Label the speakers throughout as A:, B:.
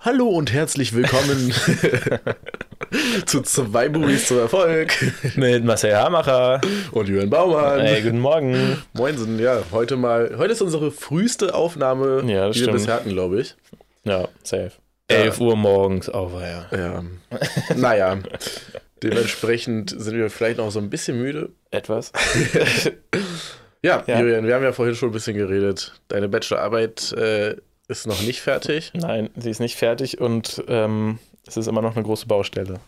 A: Hallo und herzlich willkommen zu zwei Bubis zum Erfolg
B: Mit Marcel Hamacher.
A: und Jürgen Baumann.
B: Hey, guten Morgen.
A: Moinsen, ja, heute mal, heute ist unsere früheste Aufnahme,
B: Ja, das
A: die wir
B: stimmt.
A: bisher hatten, glaube ich.
B: Ja, safe. 11 Uhr morgens, oh ja.
A: Ja. Ähm, naja, dementsprechend sind wir vielleicht noch so ein bisschen müde.
B: Etwas?
A: Ja,
B: Ja.
A: Julian, wir haben ja vorhin schon ein bisschen geredet. Deine Bachelorarbeit äh, ist noch nicht fertig.
B: Nein, sie ist nicht fertig und ähm, es ist immer noch eine große Baustelle.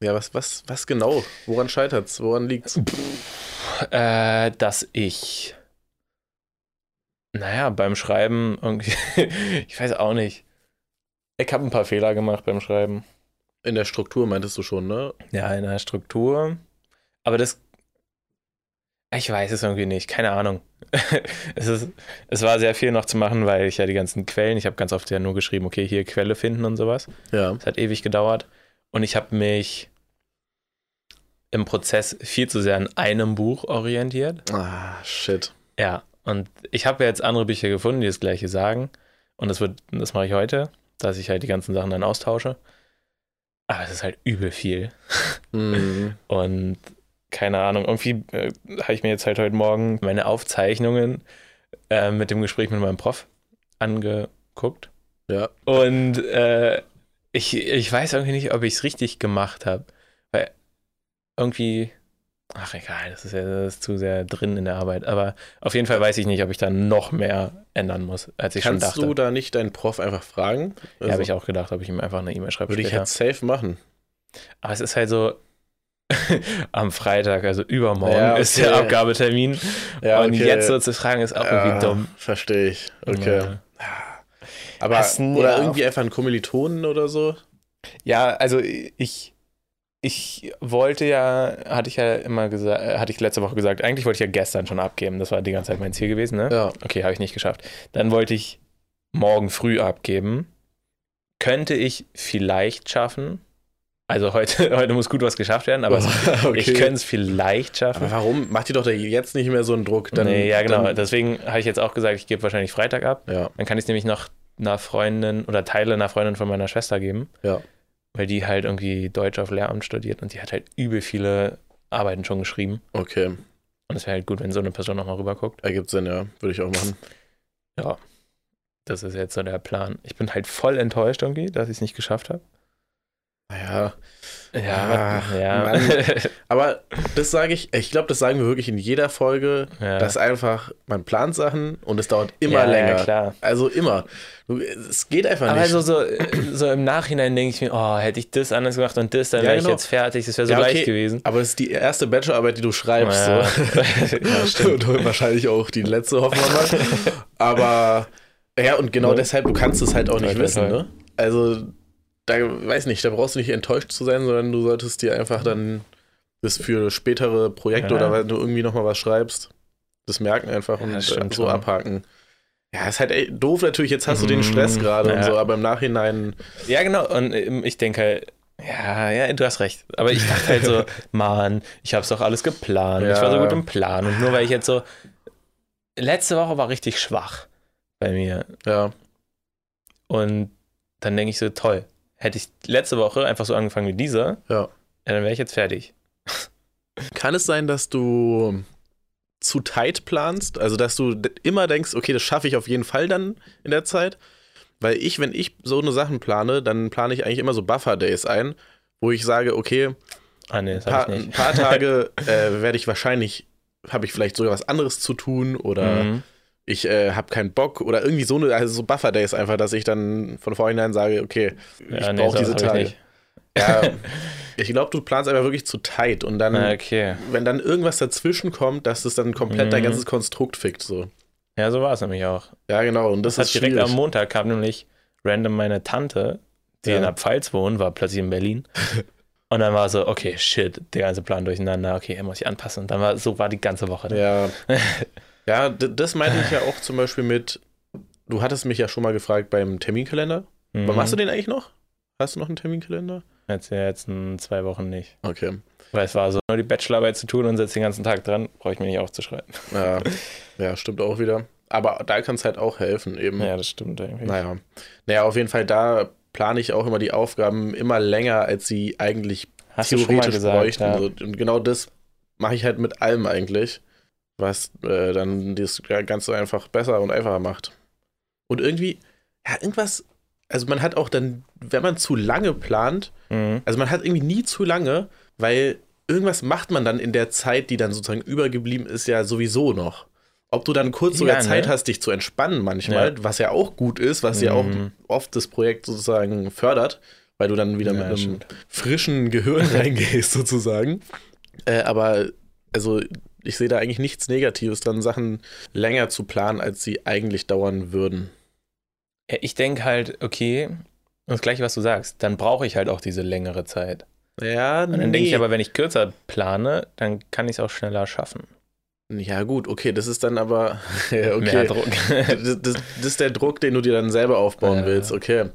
A: Ja, was, was, was genau? Woran scheitert's? Woran liegt's?
B: Äh, dass ich. Naja, beim Schreiben irgendwie. ich weiß auch nicht. Ich habe ein paar Fehler gemacht beim Schreiben.
A: In der Struktur meintest du schon, ne?
B: Ja, in der Struktur. Aber das. Ich weiß es irgendwie nicht, keine Ahnung. es, ist, es war sehr viel noch zu machen, weil ich ja die ganzen Quellen, ich habe ganz oft ja nur geschrieben, okay, hier Quelle finden und sowas.
A: Ja.
B: Es hat ewig gedauert. Und ich habe mich im Prozess viel zu sehr an einem Buch orientiert.
A: Ah, shit.
B: Ja, und ich habe ja jetzt andere Bücher gefunden, die das gleiche sagen. Und das wird, das mache ich heute, dass ich halt die ganzen Sachen dann austausche. Aber es ist halt übel viel.
A: Mhm.
B: Und keine Ahnung, irgendwie äh, habe ich mir jetzt halt heute Morgen meine Aufzeichnungen äh, mit dem Gespräch mit meinem Prof angeguckt.
A: Ja.
B: Und äh, ich, ich weiß irgendwie nicht, ob ich es richtig gemacht habe. Weil irgendwie, ach egal, das ist ja das ist zu sehr drin in der Arbeit. Aber auf jeden Fall weiß ich nicht, ob ich da noch mehr ändern muss, als ich
A: Kannst
B: schon
A: du
B: dachte.
A: da nicht deinen Prof einfach fragen? Also,
B: ja, habe ich auch gedacht, ob ich ihm einfach eine E-Mail schreibe.
A: Würde ich
B: später.
A: jetzt safe machen.
B: Aber es ist halt so am Freitag, also übermorgen,
A: Ja, okay.
B: ist der Abgabetermin. Und jetzt so zu fragen, ist auch
A: ja,
B: irgendwie dumm.
A: Verstehe ich. Ah, Okay.
B: Ja.
A: Aber
B: Es nervt.
A: oder irgendwie einfach einen Kommilitonen oder so.
B: Ja, also ich, ich wollte ja, hatte ich ja immer gesagt, hatte ich letzte Woche gesagt, eigentlich wollte ich ja gestern schon abgeben. Das war die ganze Zeit mein Ziel gewesen, ne?
A: Ja.
B: Okay, habe ich nicht geschafft. Dann wollte ich morgen früh abgeben. Könnte ich vielleicht schaffen. Also heute, heute muss gut was geschafft werden, aber
A: Oh, okay.
B: ich könnte es vielleicht schaffen.
A: Aber warum macht ihr doch da jetzt nicht mehr so einen Druck? Dann,
B: nee, ja, genau.
A: Dann,
B: Deswegen habe ich jetzt auch gesagt, ich gebe wahrscheinlich Freitag ab.
A: ja.
B: Dann kann ich es nämlich noch einer Freundin oder Teile einer Freundin von meiner Schwester geben.
A: Ja.
B: Weil die halt irgendwie Deutsch auf Lehramt studiert und die hat halt übel viele Arbeiten schon geschrieben.
A: Okay.
B: Und es wäre halt gut, wenn so eine Person nochmal rüberguckt.
A: Ergibt Sinn, ja. Würde ich auch machen.
B: Das ist jetzt so der Plan. Ich bin halt voll enttäuscht irgendwie, dass ich es nicht geschafft habe.
A: Naja. Ach,
B: ja.
A: Mann. Aber das sage ich, ich glaube, das sagen wir wirklich in jeder Folge,
B: ja.
A: dass einfach, man plant Sachen und es dauert immer
B: ja,
A: länger.
B: Ja, klar.
A: Also immer. Du, es geht einfach
B: Aber
A: nicht.
B: also so, so im Nachhinein denke ich mir, oh, hätte ich das anders gemacht und das, dann
A: Ja,
B: wäre
A: genau.
B: ich jetzt fertig. Das wäre so
A: Ja, okay.
B: leicht gewesen.
A: Aber es ist die erste Bachelorarbeit, die du schreibst.
B: Ja.
A: So.
B: Ja, stimmt.
A: und wahrscheinlich auch die letzte, hoffen wir mal. Aber ja, und genau
B: Ja.
A: deshalb, du kannst es halt auch nicht
B: Ja,
A: wissen,
B: Ne? total.
A: ne? Also, da weiß nicht, da brauchst du nicht enttäuscht zu sein, sondern du solltest dir einfach dann das für spätere Projekte
B: Ja.
A: oder wenn du irgendwie nochmal was schreibst, das merken einfach
B: Ja,
A: und äh,
B: das
A: so
B: stimmt schon.
A: abhaken. Ja, ist halt echt doof natürlich, jetzt hast du den
B: Mhm.
A: Stress gerade und
B: Ja.
A: so, aber im Nachhinein,
B: Ja, genau. Und ähm, ich denke, halt, ja, ja, du hast recht. Aber ich dachte halt so, Mann, ich hab's doch alles geplant. Ich war so
A: Ja.
B: gut im Plan. Und nur weil ich jetzt so. Letzte Woche war richtig schwach bei mir.
A: ja,
B: Und dann denke ich so, toll. Hätte ich letzte Woche einfach so angefangen wie diese,
A: Ja.
B: dann wäre ich jetzt fertig.
A: Kann es sein, dass du zu tight planst? Also, dass du d- immer denkst, okay, das schaffe ich auf jeden Fall dann in der Zeit? Weil ich, wenn ich so eine Sachen plane, dann plane ich eigentlich immer so Buffer-Days ein, wo ich sage, okay,
B: Ah, nee, das
A: paar,
B: habe ich
A: ein
B: nicht.
A: paar Tage äh, werde ich wahrscheinlich, habe ich vielleicht sogar was anderes zu tun oder
B: Mhm.
A: ich äh, habe keinen Bock oder irgendwie so eine, also so Buffer-Days einfach, dass ich dann von vornherein sage, okay, ich
B: Ja, nee,
A: brauche
B: sowas
A: diese
B: hab ich
A: Tage.
B: nicht.
A: Ja, ich glaube, du planst einfach wirklich zu tight und dann
B: Na, okay.
A: wenn dann irgendwas dazwischen kommt, dass es dann komplett dein
B: Mhm.
A: ganzes Konstrukt fickt. So.
B: Ja, so war es nämlich auch.
A: Ja, genau. Und das,
B: Das
A: ist
B: hat direkt
A: schwierig.
B: am Montag kam nämlich random meine Tante, die
A: Ja.
B: in der Pfalz wohnt, war plötzlich in Berlin. Und dann war so, okay, shit, der ganze Plan durcheinander, okay, muss ich anpassen. Und dann war, so war die ganze Woche.
A: ja, ja d- das meinte ich ja auch zum Beispiel mit, du hattest mich ja schon mal gefragt beim Terminkalender.
B: Mhm.
A: Aber machst du den eigentlich noch? Hast du noch einen Terminkalender?
B: Jetzt in den letzten zwei Wochen nicht.
A: Okay.
B: Weil es war so, nur die Bachelorarbeit zu tun und sitzt den ganzen Tag dran, brauche ich mir nicht aufzuschreiben.
A: Ja, ja stimmt auch wieder. Aber da kann es halt auch helfen, eben.
B: Ja, das stimmt irgendwie.
A: Naja. Naja, auf jeden Fall, da plane ich auch immer die Aufgaben immer länger, als sie eigentlich
B: Hast du schon mal
A: theoretisch
B: gesagt.
A: bräuchten.
B: Ja.
A: So, und genau das mache ich halt mit allem eigentlich, was äh, dann das Ganze einfach besser und einfacher macht. Und irgendwie, ja, irgendwas, also man hat auch dann, wenn man zu lange plant,
B: Mhm.
A: also man hat irgendwie nie zu lange, weil irgendwas macht man dann in der Zeit, die dann sozusagen übergeblieben ist, ja sowieso noch. Ob du dann kurz sogar
B: Ja, ne?
A: Zeit hast, dich zu entspannen manchmal, was ja auch gut ist, was ja auch
B: Mhm.
A: oft das Projekt sozusagen fördert, weil du dann wieder
B: Ja,
A: mit einem
B: stimmt.
A: frischen Gehirn reingehst sozusagen. Äh, aber also ich sehe da eigentlich nichts Negatives dran, Sachen länger zu planen, als sie eigentlich dauern würden.
B: Ja, Ich denke halt, okay, das gleiche, was du sagst, dann brauche ich halt auch diese längere Zeit.
A: Ja,
B: Und dann denke ich aber, wenn ich kürzer plane, dann kann ich es auch schneller schaffen.
A: ja gut, okay, das ist dann aber ja, okay.
B: Mehr Druck.
A: das, das, das ist der Druck, den du dir dann selber aufbauen
B: Ja.
A: willst. Okay.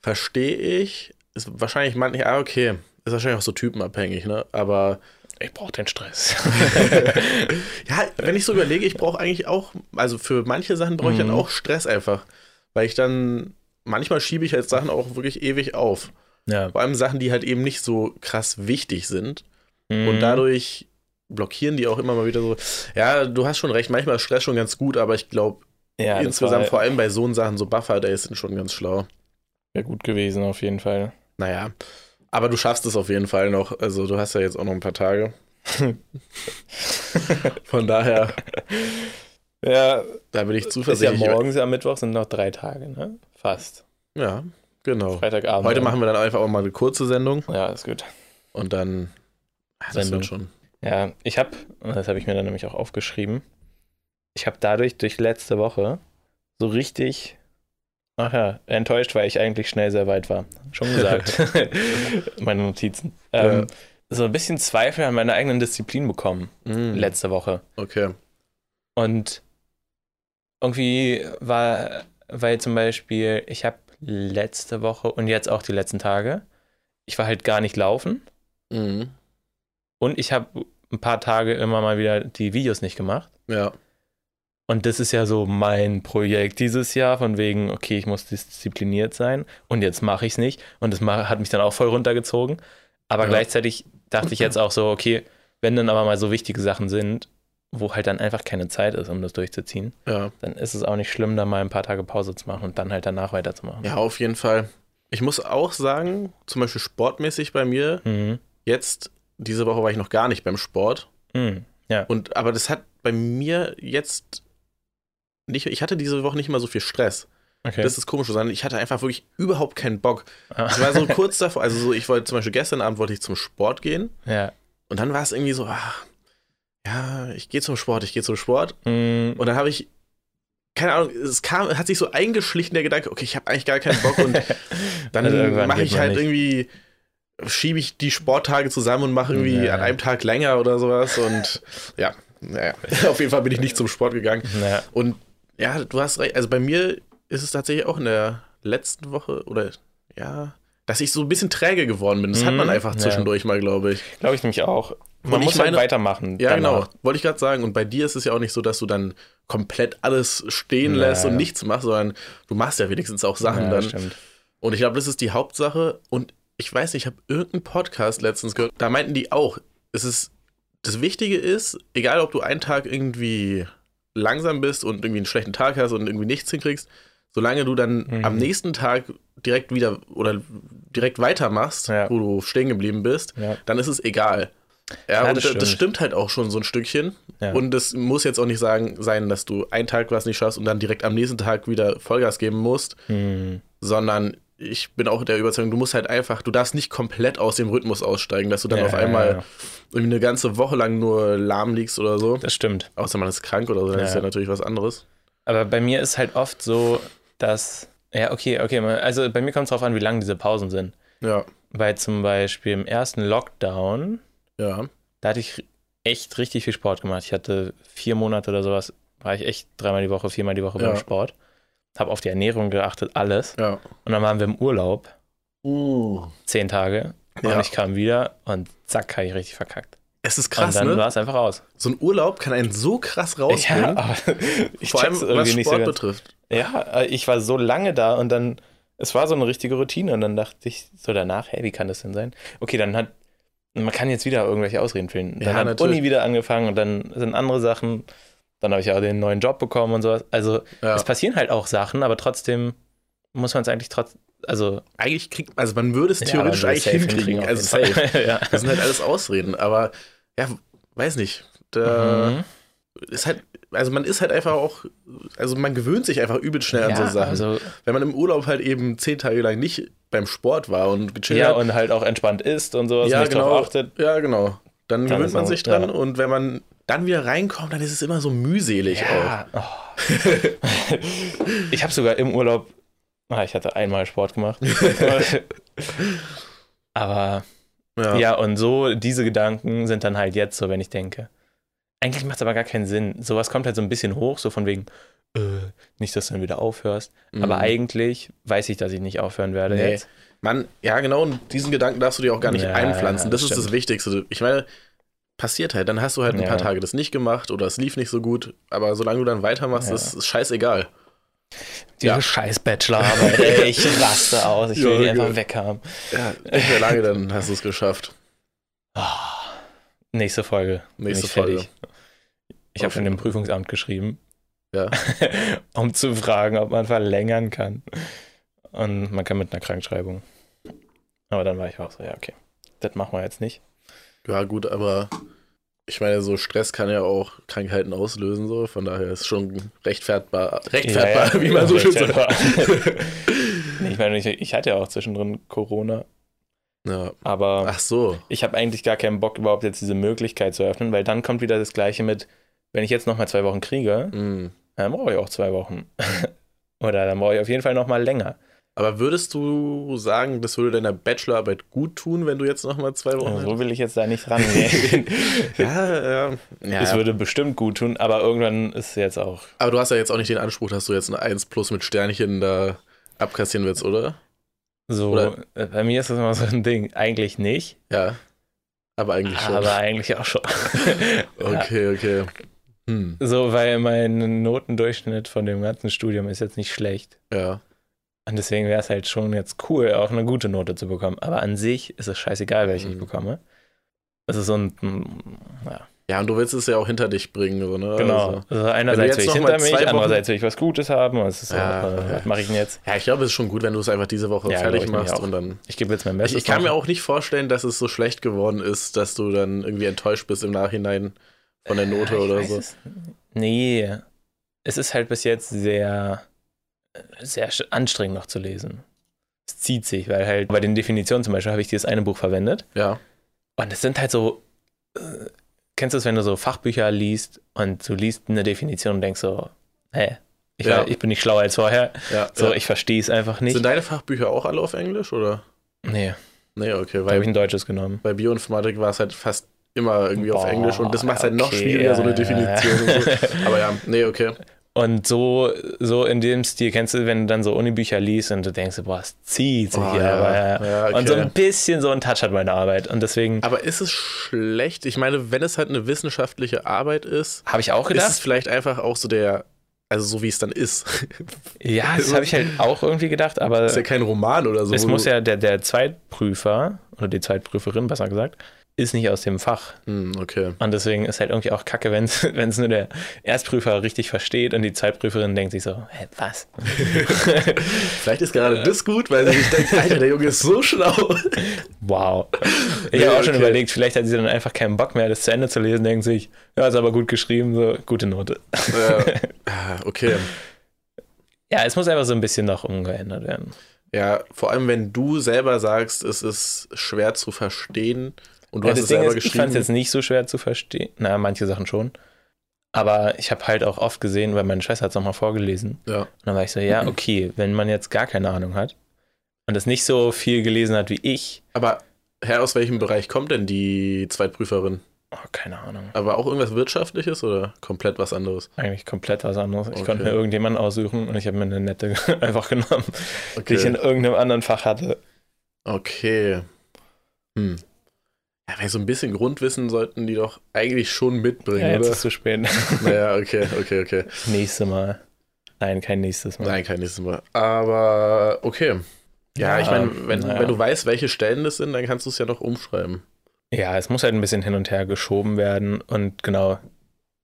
A: Verstehe ich. Ist wahrscheinlich manchmal, ah, okay. Ist wahrscheinlich auch so typenabhängig, ne? Aber
B: ich brauche den Stress.
A: ja, wenn ich so überlege, ich brauche eigentlich auch, also für manche Sachen brauche ich dann
B: Mhm.
A: auch Stress einfach. Weil ich dann, manchmal schiebe ich halt Sachen auch wirklich ewig auf.
B: ja.
A: Vor allem Sachen, die halt eben nicht so krass wichtig sind.
B: Mhm.
A: Und dadurch blockieren die auch immer mal wieder so. Ja, du hast schon recht, manchmal ist Stress schon ganz gut, aber ich glaube,
B: Mhm. ja, das
A: insgesamt
B: war,
A: vor allem bei so Sachen, so Buffer Days sind schon ganz schlau.
B: wär gut gewesen auf jeden Fall.
A: Naja, aber du schaffst es auf jeden Fall noch. Also du hast ja jetzt auch noch ein paar Tage. Von daher,
B: Ja,
A: da bin ich
B: ist ja
A: zuversichtlich.
B: morgens am Mittwoch, sind noch drei Tage, ne? Fast.
A: Ja, genau.
B: Freitagabend.
A: Heute machen wir dann einfach auch mal eine kurze Sendung
B: Ja, ist gut.
A: und dann. Ah, Das
B: Sendung.
A: wird schon.
B: Ja, ich habe, das habe ich mir dann nämlich auch aufgeschrieben, ich habe dadurch durch letzte Woche so richtig, ach ja, enttäuscht, weil ich eigentlich schnell sehr weit war. Schon gesagt, meine Notizen. Ähm, So ein bisschen Zweifel an meiner eigenen Disziplin bekommen
A: Mm,
B: letzte Woche.
A: Okay.
B: Und irgendwie war, weil zum Beispiel, ich habe letzte Woche und jetzt auch die letzten Tage, ich war halt gar nicht laufen
A: Mhm.
B: und ich habe ein paar Tage immer mal wieder die Videos nicht gemacht.
A: Ja.
B: Und das ist ja so mein Projekt dieses Jahr, von wegen, okay, ich muss diszipliniert sein und jetzt mache ich es nicht. Und das ma- hat mich dann auch voll runtergezogen. Aber
A: Ja.
B: gleichzeitig dachte ich jetzt auch so, okay, wenn dann aber mal so wichtige Sachen sind, wo halt dann einfach keine Zeit ist, um das durchzuziehen,
A: Ja.
B: dann ist es auch nicht schlimm, da mal ein paar Tage Pause zu machen und dann halt danach weiterzumachen.
A: Ja, auf jeden Fall. Ich muss auch sagen, zum Beispiel sportmäßig bei mir,
B: Mhm.
A: jetzt, diese Woche war ich noch gar nicht beim Sport.
B: Mhm.
A: Und aber das hat bei mir jetzt nicht, ich hatte diese Woche nicht mal so viel Stress.
B: Okay.
A: Das ist komisch, sondern ich hatte einfach wirklich überhaupt keinen Bock.
B: Ah.
A: Ich war so kurz davor, also so, ich wollte zum Beispiel gestern Abend wollte ich zum Sport gehen
B: ja.
A: und dann war es irgendwie so, ach, ja, ich gehe zum Sport, ich gehe zum Sport.
B: Mhm.
A: Und dann habe ich, keine Ahnung, es kam, hat sich so eingeschlichen der Gedanke, okay, ich habe eigentlich gar keinen Bock und dann
B: Also irgendwann
A: mache
B: geht
A: ich
B: man
A: halt
B: nicht.
A: irgendwie, schiebe ich die Sporttage zusammen und mache irgendwie
B: Ja.
A: an einem Tag länger oder sowas. Und ja, naja, auf jeden Fall bin ich nicht zum Sport gegangen.
B: Ja.
A: Und ja, du hast recht. Also bei mir ist es tatsächlich auch in der letzten Woche oder ja, dass ich so ein bisschen träge geworden bin. Das hat
B: Mhm,
A: man einfach
B: ja.
A: zwischendurch mal, glaube ich.
B: Glaube ich nämlich auch. Man
A: ich
B: muss halt
A: meine-
B: weitermachen.
A: Ja,
B: danach.
A: genau. Wollte ich gerade sagen. Und bei dir ist es ja auch nicht so, dass du dann komplett alles stehen
B: Ja,
A: lässt und
B: ja.
A: nichts machst, sondern du machst ja wenigstens auch Sachen
B: Ja,
A: dann.
B: stimmt.
A: Und ich glaube, das ist die Hauptsache. Und ich weiß nicht, ich habe irgendeinen Podcast letztens gehört. Da meinten die auch, es ist, das Wichtige ist, egal ob du einen Tag irgendwie langsam bist und irgendwie einen schlechten Tag hast und irgendwie nichts hinkriegst, solange du dann
B: Mhm.
A: am nächsten Tag direkt wieder oder direkt weitermachst,
B: Ja.
A: wo du stehen geblieben bist,
B: Ja.
A: dann ist es egal. Ja,
B: Ja,
A: und
B: das
A: das stimmt. das
B: stimmt.
A: stimmt halt auch schon so ein Stückchen.
B: Ja.
A: Und das muss jetzt auch nicht sagen, sein, dass du einen Tag was nicht schaffst und dann direkt am nächsten Tag wieder Vollgas geben musst,
B: Mhm.
A: sondern ich bin auch der Überzeugung, du musst halt einfach, du darfst nicht komplett aus dem Rhythmus aussteigen, dass du dann
B: Ja,
A: auf
B: ja,
A: einmal
B: ja.
A: irgendwie eine ganze Woche lang nur lahm liegst oder so.
B: Das stimmt.
A: Außer man ist krank oder so, dann
B: Ja,
A: ist
B: ja.
A: ja natürlich was anderes.
B: Aber bei mir ist halt oft so, dass. Ja, okay, okay. man- Also bei mir kommt es drauf an, wie lang diese Pausen sind.
A: Ja,
B: Weil zum Beispiel im ersten Lockdown,
A: ja.
B: da hatte ich echt richtig viel Sport gemacht. Ich hatte vier Monate oder sowas, war ich echt dreimal die Woche, viermal die Woche
A: Ja.
B: beim Sport. Habe auf die Ernährung geachtet, alles.
A: Ja.
B: Und dann waren wir im Urlaub, zehn Tage. Und
A: Ja.
B: ich kam wieder und zack, habe ich richtig verkackt.
A: Es ist
B: und
A: krass,
B: dann
A: ne?
B: war es einfach aus.
A: So ein Urlaub kann einen so krass rausbringen.
B: aber ich
A: Vor allem,
B: check's
A: was
B: irgendwie
A: Sport
B: nicht so ganz.
A: betrifft.
B: Ja, äh, ich war so lange da und dann es war so eine richtige Routine und dann dachte ich so danach, hey, wie kann das denn sein? Okay, dann hat, man kann jetzt wieder irgendwelche Ausreden finden. Dann
A: Ja,
B: hat
A: natürlich.
B: Uni wieder angefangen und dann sind andere Sachen. Dann habe ich auch den neuen Job bekommen und sowas. Also
A: Ja.
B: es passieren halt auch Sachen, aber trotzdem muss man es eigentlich trotz, also
A: Eigentlich kriegt, also man würde es
B: ja,
A: theoretisch
B: aber
A: eigentlich
B: safe
A: hinkriegen.
B: auf
A: Also
B: jeden
A: safe.
B: Fall. ja.
A: Das sind halt alles Ausreden, aber ja, weiß nicht. Da
B: Mhm.
A: ist halt, also man ist halt einfach auch, also man gewöhnt sich einfach übel schnell an so
B: ja,
A: Sachen.
B: also,
A: Wenn man im Urlaub halt eben zehn Tage lang nicht beim Sport war und gechillt
B: ja,
A: hat,
B: und halt auch entspannt ist und sowas,
A: ja,
B: nicht
A: genau,
B: drauf achtet.
A: ja, genau. Dann,
B: Dann
A: gewöhnt
B: ist
A: man
B: man-
A: sich dran
B: ja.
A: und wenn man dann wieder reinkommt, dann ist es immer so mühselig auch.
B: Ja. Oh. ich habe sogar im Urlaub, ah, ich hatte einmal Sport gemacht. Aber ja. und so diese Gedanken sind dann halt jetzt so, wenn ich denke. Eigentlich macht es aber gar keinen Sinn. Sowas kommt halt so ein bisschen hoch, so von wegen, äh, nicht, dass du dann wieder aufhörst. Aber
A: Mhm.
B: eigentlich weiß ich, dass ich nicht aufhören werde
A: Nee.
B: jetzt.
A: Mann, ja, genau, und diesen Gedanken darfst du dir auch gar nicht
B: Ja,
A: einpflanzen. Das ist das
B: stimmt.
A: Wichtigste. Ich meine, passiert halt, dann hast du halt ein
B: Ja.
A: paar Tage das nicht gemacht oder es lief nicht so gut, aber solange du dann weitermachst,
B: Ja.
A: ist es scheißegal.
B: Diese
A: Ja.
B: scheiß Bachelorarbeit, ey, ich raste aus, ich will die
A: Junge.
B: einfach weghaben.
A: Ja, nicht mehr lange, dann hast du es geschafft.
B: Ah, nächste Folge. bin
A: Nächste
B: ich fertig.
A: Folge.
B: Ich habe
A: Okay.
B: schon dem Prüfungsamt geschrieben,
A: Ja.
B: um zu fragen, ob man verlängern kann. Und man kann mit einer Krankschreibung. Aber dann war ich auch so, ja, okay. Das machen wir jetzt nicht.
A: Ja, gut, aber ich meine, so Stress kann ja auch Krankheiten auslösen, so, von daher ist schon rechtfertbar, rechtfertbar, wie man so schön sagt.
B: rechtfertbar. Nee, ich meine, ich, ich hatte ja auch zwischendrin Corona,
A: Ja.
B: aber
A: Ach so.
B: ich habe eigentlich gar keinen Bock, überhaupt jetzt diese Möglichkeit zu eröffnen, weil dann kommt wieder das Gleiche mit, wenn ich jetzt nochmal zwei Wochen kriege,
A: Mhm.
B: dann brauche ich auch zwei Wochen. Oder dann brauche ich auf jeden Fall nochmal länger.
A: Aber würdest du sagen, das würde deiner Bachelorarbeit gut tun, wenn du jetzt nochmal zwei Wochen
B: Also so will ich jetzt da nicht rangehen.
A: Ja, ja. ja.
B: Es würde bestimmt gut tun, aber irgendwann ist jetzt auch.
A: aber du hast ja jetzt auch nicht den Anspruch, dass du jetzt eine 1 plus mit Sternchen da abkassieren willst, oder?
B: So,
A: Oder-
B: äh, bei mir ist das immer so ein Ding. Eigentlich nicht,
A: Ja. Aber eigentlich schon.
B: aber eigentlich auch schon.
A: okay, okay. Hm,
B: So, weil mein Notendurchschnitt von dem ganzen Studium ist jetzt nicht schlecht.
A: ja.
B: Und deswegen wäre es halt schon jetzt cool, auch eine gute Note zu bekommen. Aber an sich ist es scheißegal, welche ich
A: Mhm.
B: bekomme. Es ist so ein. mm, Ja,
A: Ja, und du willst es ja auch hinter dich bringen, so, ne?
B: genau.
A: Also,
B: Also,
A: jetzt
B: einerseits will ich
A: noch mal
B: hinter mich,
A: zwei Wochen-
B: andererseits will ich was Gutes haben. Und es ist so,
A: Ja,
B: äh,
A: ja.
B: was mache ich denn jetzt?
A: ja, ich glaube, es ist schon gut, wenn du es einfach diese Woche
B: Ja, glaub
A: fertig
B: ich nämlich
A: machst
B: auch.
A: und dann.
B: Ich gebe jetzt mein
A: Ich,
B: Bestes.
A: ich kann mir
B: noch.
A: auch nicht vorstellen, dass es so schlecht geworden ist, dass du dann irgendwie enttäuscht bist im Nachhinein von der Note
B: Ich
A: oder
B: weiß
A: so.
B: es. Nee, es ist halt bis jetzt sehr, sehr sch- anstrengend noch zu lesen. Es zieht sich, weil halt bei den Definitionen zum Beispiel habe ich dieses eine Buch verwendet
A: Ja.
B: und es sind halt so, äh, kennst du es, wenn du so Fachbücher liest und du liest eine Definition und denkst so, hä, ich,
A: Ja.
B: war- ich bin nicht schlauer als vorher,
A: ja,
B: so,
A: ja.
B: ich verstehe es einfach nicht.
A: Sind deine Fachbücher auch alle auf Englisch, oder?
B: nee,
A: Nee, okay,
B: da
A: weil
B: habe ich ein deutsches genommen.
A: Bei Bioinformatik war es halt fast immer irgendwie auf
B: Boah,
A: Englisch und das macht es halt noch
B: okay,
A: schwieriger, so eine
B: ja, ja, ja.
A: Definition. Und so. Aber ja, nee, okay.
B: Und so, so in dem Stil, kennst du, wenn du dann so Unibücher liest und du denkst, so, boah, es zieht sich
A: Boah,
B: hier,
A: Oh, ja,
B: aber
A: ja, okay.
B: Und so ein bisschen so ein Touch hat meine Arbeit. Und deswegen
A: Aber ist es schlecht? Ich meine, wenn es halt eine wissenschaftliche Arbeit ist,
B: habe ich auch
A: ist es
B: gedacht,
A: vielleicht einfach auch so der, also so wie es dann ist.
B: ja, das habe ich halt auch irgendwie gedacht, aber
A: ist ja kein Roman oder so.
B: es
A: wo
B: muss
A: du-
B: ja, der, der Zweitprüfer oder die Zweitprüferin, besser gesagt, ist nicht aus dem Fach.
A: Hm, okay.
B: Und deswegen ist halt irgendwie auch kacke, wenn es nur der Erstprüfer richtig versteht und die Zweitprüferin denkt sich so, hä, was?
A: Vielleicht ist gerade das gut, weil ich denke, Alter, der Junge ist so schlau.
B: Wow. Ich
A: Ja,
B: habe auch schon
A: okay.
B: überlegt, vielleicht hat sie dann einfach keinen Bock mehr, das zu Ende zu lesen, denkt sich, ja, ist aber gut geschrieben, so, gute Note.
A: äh, ah, okay.
B: Ja, es muss einfach so ein bisschen noch umgeändert werden.
A: Ja, vor allem wenn du selber sagst, es ist schwer zu verstehen und du
B: Ja,
A: hast
B: das
A: es
B: Ding
A: selber
B: ist, ich
A: geschrieben.
B: fand es jetzt nicht so schwer zu verstehen. Na, manche Sachen schon. Aber ich habe halt auch oft gesehen, weil meine Schwester hat es nochmal vorgelesen.
A: ja.
B: Und dann war ich so, ja, okay, wenn man jetzt gar keine Ahnung hat und es nicht so viel gelesen hat wie ich,
A: Aber her aus welchem Bereich kommt denn die Zweitprüferin?
B: oh, keine Ahnung,
A: Aber auch irgendwas Wirtschaftliches oder komplett was anderes?
B: eigentlich komplett was anderes. Ich
A: Okay.
B: konnte mir irgendjemanden aussuchen und ich habe mir eine nette einfach genommen, die ich in
A: Okay.
B: irgendeinem anderen Fach hatte.
A: Okay. Hm. Ja, weil so ein bisschen Grundwissen sollten die doch eigentlich schon
B: Ja,
A: mitbringen,
B: jetzt
A: oder?
B: ist es zu spät.
A: Naja, okay, okay, okay.
B: Nächste Mal. Nein, kein nächstes Mal.
A: Nein, kein nächstes Mal. Aber okay. Ja,
B: Ja,
A: ich meine, wenn,
B: naja.
A: wenn du weißt, welche Stellen das sind, dann kannst du es ja noch umschreiben.
B: Ja, es muss halt ein bisschen hin und her geschoben werden. Und genau,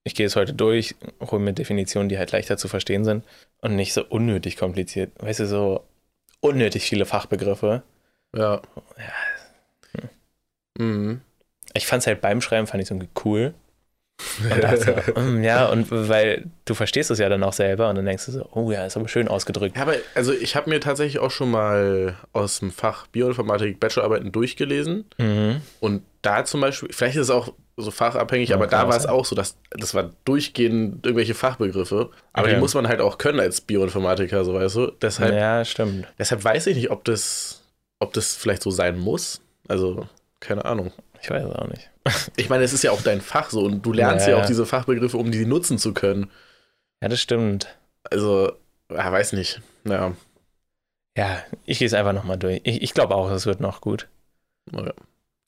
B: ich gehe es heute durch, hole mir Definitionen, die halt leichter zu verstehen sind und nicht so unnötig kompliziert. Weißt du, so unnötig viele Fachbegriffe.
A: Ja.
B: Ja.
A: Mhm.
B: Ich fand es halt beim Schreiben, fand ich irgendwie cool. Und dachte so, mm, ja, und weil du verstehst es ja dann auch selber und dann denkst du so, oh ja, ist aber schön ausgedrückt.
A: Ja, aber also ich habe mir tatsächlich auch schon mal aus dem Fach Bioinformatik Bachelorarbeiten durchgelesen
B: Mhm.
A: und da zum Beispiel, vielleicht ist es auch so fachabhängig,
B: Ja,
A: aber
B: kann
A: da
B: auch
A: war es
B: sein.
A: auch so, dass das war durchgehend irgendwelche Fachbegriffe, aber
B: Okay.
A: die muss man halt auch können als Bioinformatiker, so weißt du. Deshalb,
B: Ja, stimmt.
A: deshalb weiß ich nicht, ob das, ob das vielleicht so sein muss. Also keine Ahnung.
B: Ich weiß es auch nicht.
A: Ich meine, es ist ja auch dein Fach so und du lernst
B: Ja.
A: ja auch diese Fachbegriffe, um die nutzen zu können.
B: Ja, das stimmt.
A: Also, ah, weiß nicht. Naja.
B: Ja, ich gehe es einfach nochmal durch. Ich, ich glaube auch, es wird noch gut.
A: Naja,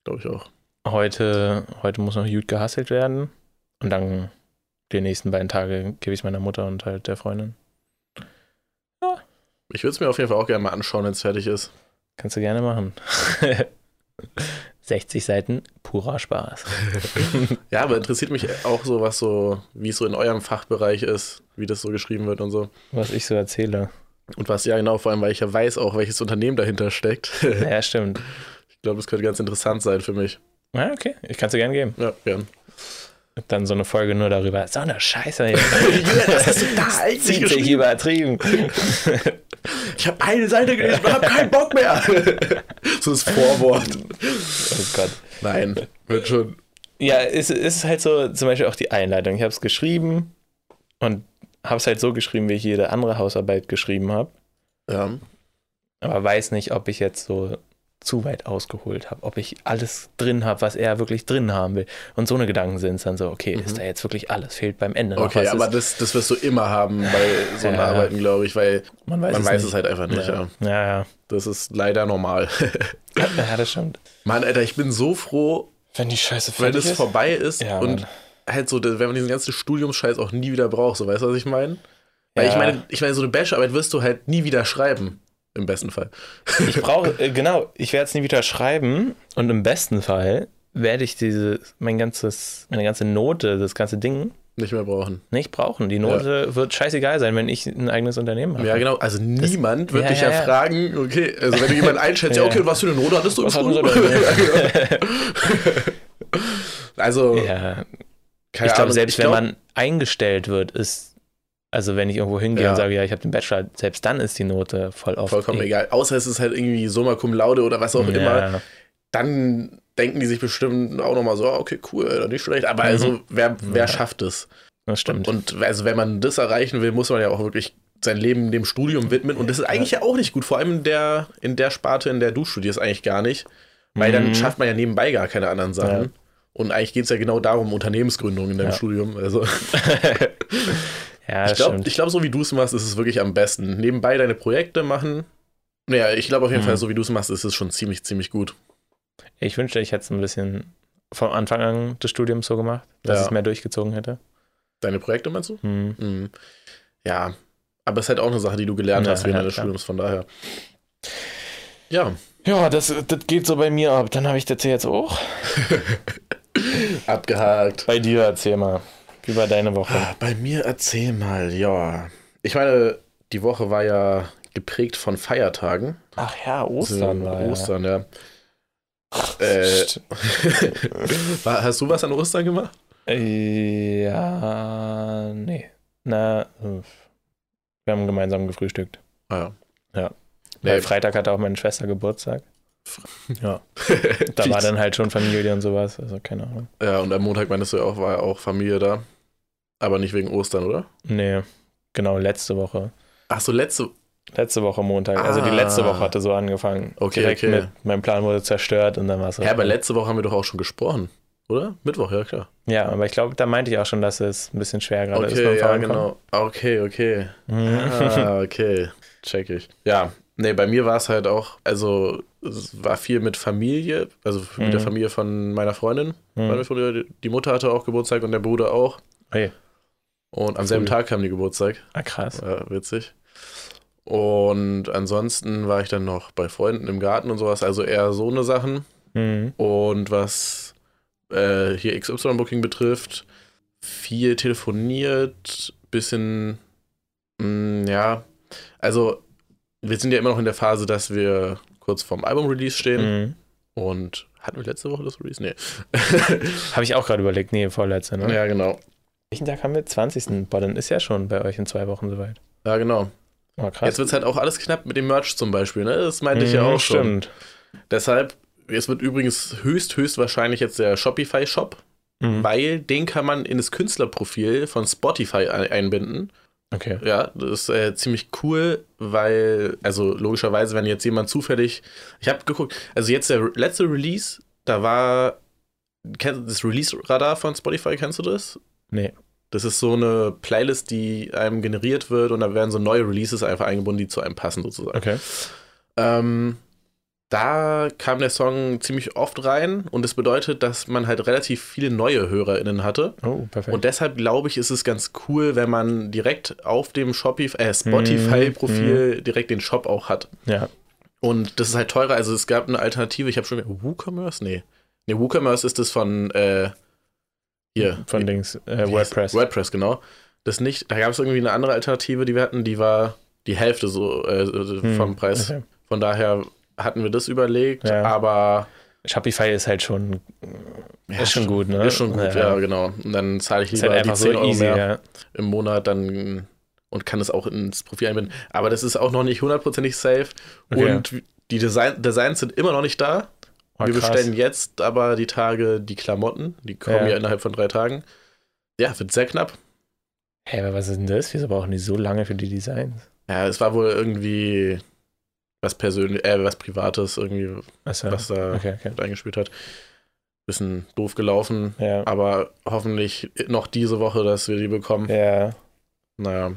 A: glaube ich auch.
B: Heute, heute muss noch gut gehasselt werden. Und dann die nächsten beiden Tage gebe ich es meiner Mutter und halt der Freundin.
A: Ich würde es mir auf jeden Fall auch gerne mal anschauen, wenn es fertig ist.
B: Kannst du gerne machen. 60 Seiten purer Spaß.
A: Ja, aber interessiert mich auch so, was so, wie es so in eurem Fachbereich ist, wie das so geschrieben wird und so.
B: Was ich so erzähle.
A: Und was, ja genau, vor allem, weil ich ja weiß auch, welches Unternehmen dahinter steckt. ich
B: Ja, stimmt.
A: glaube, das könnte ganz interessant sein für mich.
B: Ja, okay. Ich kann es dir gerne geben.
A: Ja, gern.
B: Dann so eine Folge nur darüber. So eine Scheiße hier.
A: hast du da als
B: Sieht sich übertrieben.
A: Ich habe eine Seite gelesen und habe keinen Bock mehr. so das Vorwort.
B: Oh Gott.
A: Nein, wird schon.
B: Ja, es, es ist halt so, zum Beispiel auch die Einleitung. Ich habe es geschrieben und habe es halt so geschrieben, wie ich jede andere Hausarbeit geschrieben habe.
A: Ja.
B: Aber weiß nicht, ob ich jetzt so zu weit ausgeholt habe, ob ich alles drin habe, was er wirklich drin haben will. Und so eine Gedanken sind es dann so, okay, ist da jetzt wirklich alles? Fehlt beim Ende noch
A: Mhm. Okay,
B: was?
A: aber
B: ist,
A: das, das wirst du immer haben bei so einer
B: Ja.
A: Arbeiten, glaube ich, weil
B: man weiß,
A: man
B: es,
A: weiß
B: nicht.
A: es halt einfach nicht. Ja.
B: ja. Ja,
A: Das ist leider normal.
B: ja. ja, das stimmt.
A: Mann, Alter, ich bin so froh,
B: Wenn die Scheiße
A: wenn
B: fertig
A: es
B: ist.
A: vorbei ist
B: Ja,
A: und
B: Mann.
A: halt so, wenn man diesen ganzen Studiumsscheiß auch nie wieder braucht, so weißt du, was ich meine? Weil
B: Ja.
A: ich meine, ich meine, so eine Bachelorarbeit wirst du halt nie wieder schreiben, im besten Fall.
B: Ich brauche, äh, genau, ich werde es nie wieder schreiben und im besten Fall werde ich diese, mein ganzes, meine ganze Note, das ganze Ding
A: Nicht mehr brauchen.
B: nicht brauchen. Die Note wird scheißegal sein, wenn ich ein eigenes Unternehmen habe.
A: Ja, genau. Also niemand wird
B: Ja,
A: dich
B: ja,
A: ja,
B: ja.
A: fragen, okay, also wenn du jemanden einschätzt, ja,
B: Ja.
A: okay, was für eine Note hattest du im
B: Was hatten sie
A: Studium?
B: denn?
A: also,
B: ja,
A: keine
B: ich glaube,
A: Ahnung.
B: selbst
A: glaub-
B: wenn man eingestellt wird, ist, also wenn ich irgendwo hingehe
A: Ja.
B: und sage, ja, ich habe den Bachelor, selbst dann ist die Note voll oft.
A: Vollkommen egal. Außer es ist halt irgendwie Summa cum laude oder was auch
B: Ja.
A: immer. Dann denken die sich bestimmt auch nochmal so, ah, okay, cool, Alter, nicht schlecht. Aber also, wer, wer
B: Mhm. Ja.
A: schafft es?
B: Das stimmt.
A: Und also, wenn man das erreichen will, muss man ja auch wirklich sein Leben dem Studium widmen. Und das ist eigentlich ja auch nicht gut. Vor allem in der, in der Sparte, in der du studierst, eigentlich gar nicht. Weil
B: Mhm.
A: dann schafft man ja nebenbei gar keine anderen Sachen.
B: Ja.
A: Und eigentlich geht es ja genau darum, Unternehmensgründung in deinem
B: Ja.
A: Studium. Also,
B: ja,
A: ich
B: das
A: glaube,
B: stimmt.
A: glaub, so wie du es machst, ist es wirklich am besten. Nebenbei deine Projekte machen. Naja, ich glaube auf jeden
B: Mhm.
A: Fall, so wie du es machst, ist es schon ziemlich, ziemlich gut.
B: Ich wünschte, ich hätte es ein bisschen vom Anfang an des Studiums so gemacht, dass
A: Ja.
B: ich es mehr durchgezogen hätte.
A: Deine Projekte meinst du?
B: Hm.
A: Mhm. Ja, aber es ist halt auch eine Sache, die du gelernt
B: Ja,
A: hast während
B: ja,
A: deines
B: klar.
A: Studiums, von daher. Ja,
B: Ja, das, das geht so bei mir ab. Dann habe ich das jetzt auch.
A: abgehakt.
B: Bei dir erzähl mal über deine Woche.
A: Ah, Bei mir erzähl mal, ja. Ich meine, die Woche war ja geprägt von Feiertagen. Hm,
B: Ach ja, Ostern war ja.
A: Ostern, ja. Äh,
B: Stimmt.
A: war- hast du was an Ostern gemacht?
B: Äh, Ja, nee. Na, äh, wir haben gemeinsam gefrühstückt.
A: Ah,
B: Weil
A: Nee.
B: Freitag hatte auch meine Schwester Geburtstag. Ja,
A: ja.
B: da war dann halt schon Familie und sowas. Also keine Ahnung.
A: Ja, und am Montag meintest du ja auch, war ja auch Familie da. Aber nicht wegen Ostern, oder?
B: Nee, genau, letzte Woche.
A: Ach so, letzte.
B: Letzte Woche Montag. Also die
A: Ah.
B: letzte Woche hatte so angefangen.
A: Okay,
B: Direkt
A: okay.
B: mit, mein Plan wurde zerstört und dann war es so.
A: Ja, aber letzte Woche haben wir doch auch schon gesprochen, oder? Mittwoch, ja, klar.
B: Ja, aber ich glaube, da meinte ich auch schon, dass es ein bisschen schwer gerade ist.
A: Okay, ja,
B: Vorankommen.
A: genau. Okay, okay.
B: Mhm.
A: Ah, okay. Check ich. Ja, nee, bei mir war es halt auch, also es war viel mit Familie, also mit
B: Mhm.
A: der Familie von meiner Freundin.
B: Mhm.
A: Meine Freundin, die Mutter hatte auch Geburtstag und der Bruder auch.
B: Okay.
A: Und am selben
B: Cool.
A: Tag kam die Geburtstag.
B: Ah, krass.
A: Ja, witzig. Und ansonsten war ich dann noch bei Freunden im Garten und sowas, also eher so eine Sachen.
B: Mhm.
A: Und was äh, hier XY-Booking betrifft, viel telefoniert, bisschen, mh, ja, also wir sind ja immer noch in der Phase, dass wir kurz vorm Album-Release stehen
B: Mhm.
A: und hatten wir letzte Woche das Release? Nee.
B: Habe ich auch gerade überlegt. Nee, vorletzte, ne?
A: ja, genau.
B: Welchen Tag haben wir? 20. Boah, dann ist ja schon bei euch in zwei Wochen soweit.
A: Ja, genau.
B: Oh,
A: Jetzt
B: krass.
A: wird es halt auch alles knapp mit dem Merch zum Beispiel, ne? Das meinte ich ja
B: Mhm,
A: auch schon.
B: Stimmt.
A: Deshalb, es wird übrigens höchst, höchst wahrscheinlich jetzt der Shopify-Shop,
B: Mhm.
A: weil den kann man in das Künstlerprofil von Spotify ein- einbinden.
B: Okay.
A: Ja, das ist äh, ziemlich cool, weil, also logischerweise, wenn jetzt jemand zufällig, ich habe geguckt, also jetzt der letzte Release, da war, kennst du das Release-Radar von Spotify, kennst du das?
B: Nee.
A: Das ist so eine Playlist, die einem generiert wird und da werden so neue Releases einfach eingebunden, die zu einem passen sozusagen.
B: Okay.
A: Ähm, da kam der Song ziemlich oft rein und das bedeutet, dass man halt relativ viele neue HörerInnen hatte.
B: Oh, perfekt.
A: Und deshalb glaube ich, ist es ganz cool, wenn man direkt auf dem Shopif- äh,
B: Mhm,
A: Spotify-Profil direkt den Shop auch hat.
B: ja.
A: Und das ist halt teurer. Also es gab eine Alternative. Ich habe schon WooCommerce? Nee. Nee, WooCommerce ist das von äh, hier.
B: Von Dings. Äh,
A: Wie heißt-
B: WordPress.
A: WordPress, genau. Das nicht, da gab es irgendwie eine andere Alternative, die wir hatten, die war die Hälfte so äh,
B: Mhm,
A: vom Preis.
B: Okay.
A: Von daher hatten wir das überlegt,
B: Ja.
A: aber
B: Shopify ist halt schon,
A: ja,
B: ist schon gut, ne?
A: Ist schon gut, ja, genau. Und dann zahle ich
B: Ist
A: lieber
B: halt
A: die
B: einfach
A: 10
B: so
A: Euro
B: easy,
A: mehr
B: ja. Oh,
A: im Monat dann und kann es auch ins Profil einbinden. Aber das ist auch noch nicht hundertprozentig safe.
B: Okay.
A: Und die Design Designs sind immer noch nicht da.
B: Oh,
A: wir
B: krass.
A: bestellen jetzt aber die Tage die Klamotten. Die kommen
B: Ja.
A: ja innerhalb von drei Tagen. Ja, wird sehr knapp.
B: Hä, aber was ist denn das? Wieso brauchen die so lange für die Designs?
A: Ja, es war wohl irgendwie was persönlich, äh, was Privates irgendwie,
B: Achso.
A: was da
B: Okay, okay.
A: mit eingespielt hat. Bisschen doof gelaufen,
B: Ja.
A: aber hoffentlich noch diese Woche, dass wir die bekommen.
B: Ja.
A: Naja.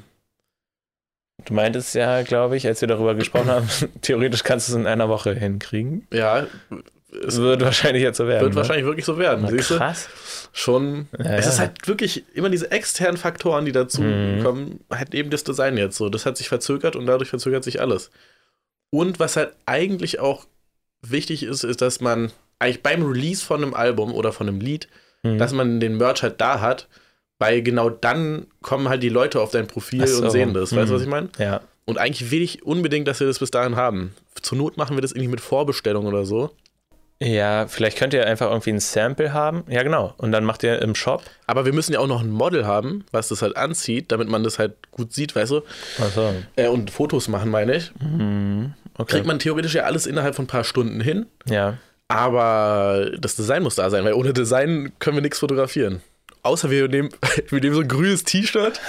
B: Du meintest ja, glaube ich, als wir darüber gesprochen haben, theoretisch kannst du es in einer Woche hinkriegen.
A: Ja,
B: Es
A: es
B: wird wahrscheinlich jetzt so werden.
A: wird
B: ne?
A: wahrscheinlich wirklich so werden.
B: Na,
A: Siehst du?
B: krass.
A: Schon.
B: Ja,
A: Es
B: ja.
A: ist halt wirklich immer diese externen Faktoren, die dazu
B: Mhm.
A: kommen, halt eben das Design jetzt so. Das hat sich verzögert und dadurch verzögert sich alles. Und was halt eigentlich auch wichtig ist, ist, dass man eigentlich beim Release von einem Album oder von einem Lied
B: Mhm.
A: dass man den Merch halt da hat, weil genau dann kommen halt die Leute auf dein Profil
B: Ach so.
A: und sehen das. Weißt du,
B: Mhm.
A: was ich meine?
B: ja.
A: Und eigentlich will ich unbedingt, dass wir das bis dahin haben. Zur Not machen wir das irgendwie mit Vorbestellung oder so.
B: ja, vielleicht könnt ihr einfach irgendwie ein Sample haben. Ja, genau. Und dann macht ihr im Shop.
A: Aber wir müssen ja auch noch ein Model haben, was das halt anzieht, damit man das halt gut sieht, weißt du?
B: Achso.
A: Äh, und Fotos machen, meine ich.
B: Mhm. Okay.
A: Kriegt man theoretisch ja alles innerhalb von ein paar Stunden hin.
B: ja.
A: Aber das Design muss da sein, weil ohne Design können wir nichts fotografieren. Außer wir nehmen, wir nehmen so ein grünes T-Shirt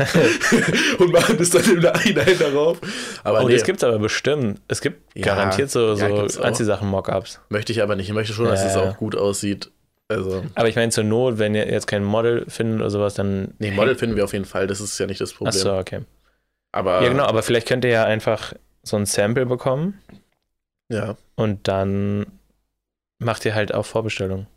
A: und machen das dann im Nachhinein darauf. Aber
B: Oh,
A: nee,
B: das gibt's aber bestimmt. Es gibt
A: Ja.
B: garantiert so,
A: Ja,
B: so
A: gibt's auch.
B: Anziehsachen-Mockups.
A: möchte ich aber nicht. Ich möchte schon, dass
B: Ja,
A: es
B: ja.
A: auch gut aussieht. Also,
B: Aber ich meine, zur Not, wenn ihr jetzt kein Model findet oder sowas, dann.
A: nee, Model finden wir auf jeden Fall. Das ist ja nicht das Problem. Äh.
B: Achso, okay.
A: Aber,
B: Ja, genau, aber vielleicht könnt ihr ja einfach so ein Sample bekommen
A: Ja.
B: und dann macht ihr halt auch Vorbestellung.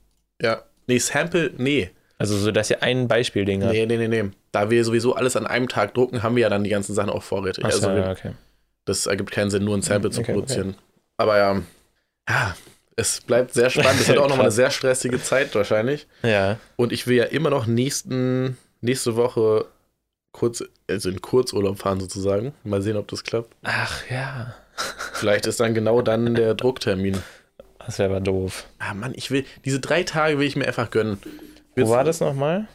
A: ja. Nee, Sample, nee.
B: Also, so dass ihr ein Beispielding habt.
A: Nee, nee, nee, nee. Da wir sowieso alles an einem Tag drucken, haben wir ja dann die ganzen Sachen auch vorrätig.
B: Achso,
A: also, wir,
B: ja, okay.
A: das ergibt keinen Sinn, nur ein Sample zu
B: Hm, Okay, okay.
A: produzieren. Aber ja, ja, es bleibt sehr spannend. Es wird auch nochmal eine
B: Krass.
A: sehr stressige Zeit wahrscheinlich.
B: Ja.
A: Und ich will ja immer noch nächsten, nächste Woche kurz, also in Kurzurlaub fahren sozusagen. Mal sehen, ob das klappt.
B: Ach ja.
A: Vielleicht ist dann genau dann der Drucktermin.
B: Das wäre aber doof.
A: Ah Mann, ich will, diese drei Tage will ich mir einfach gönnen.
B: Wo
A: Willst-
B: war das nochmal?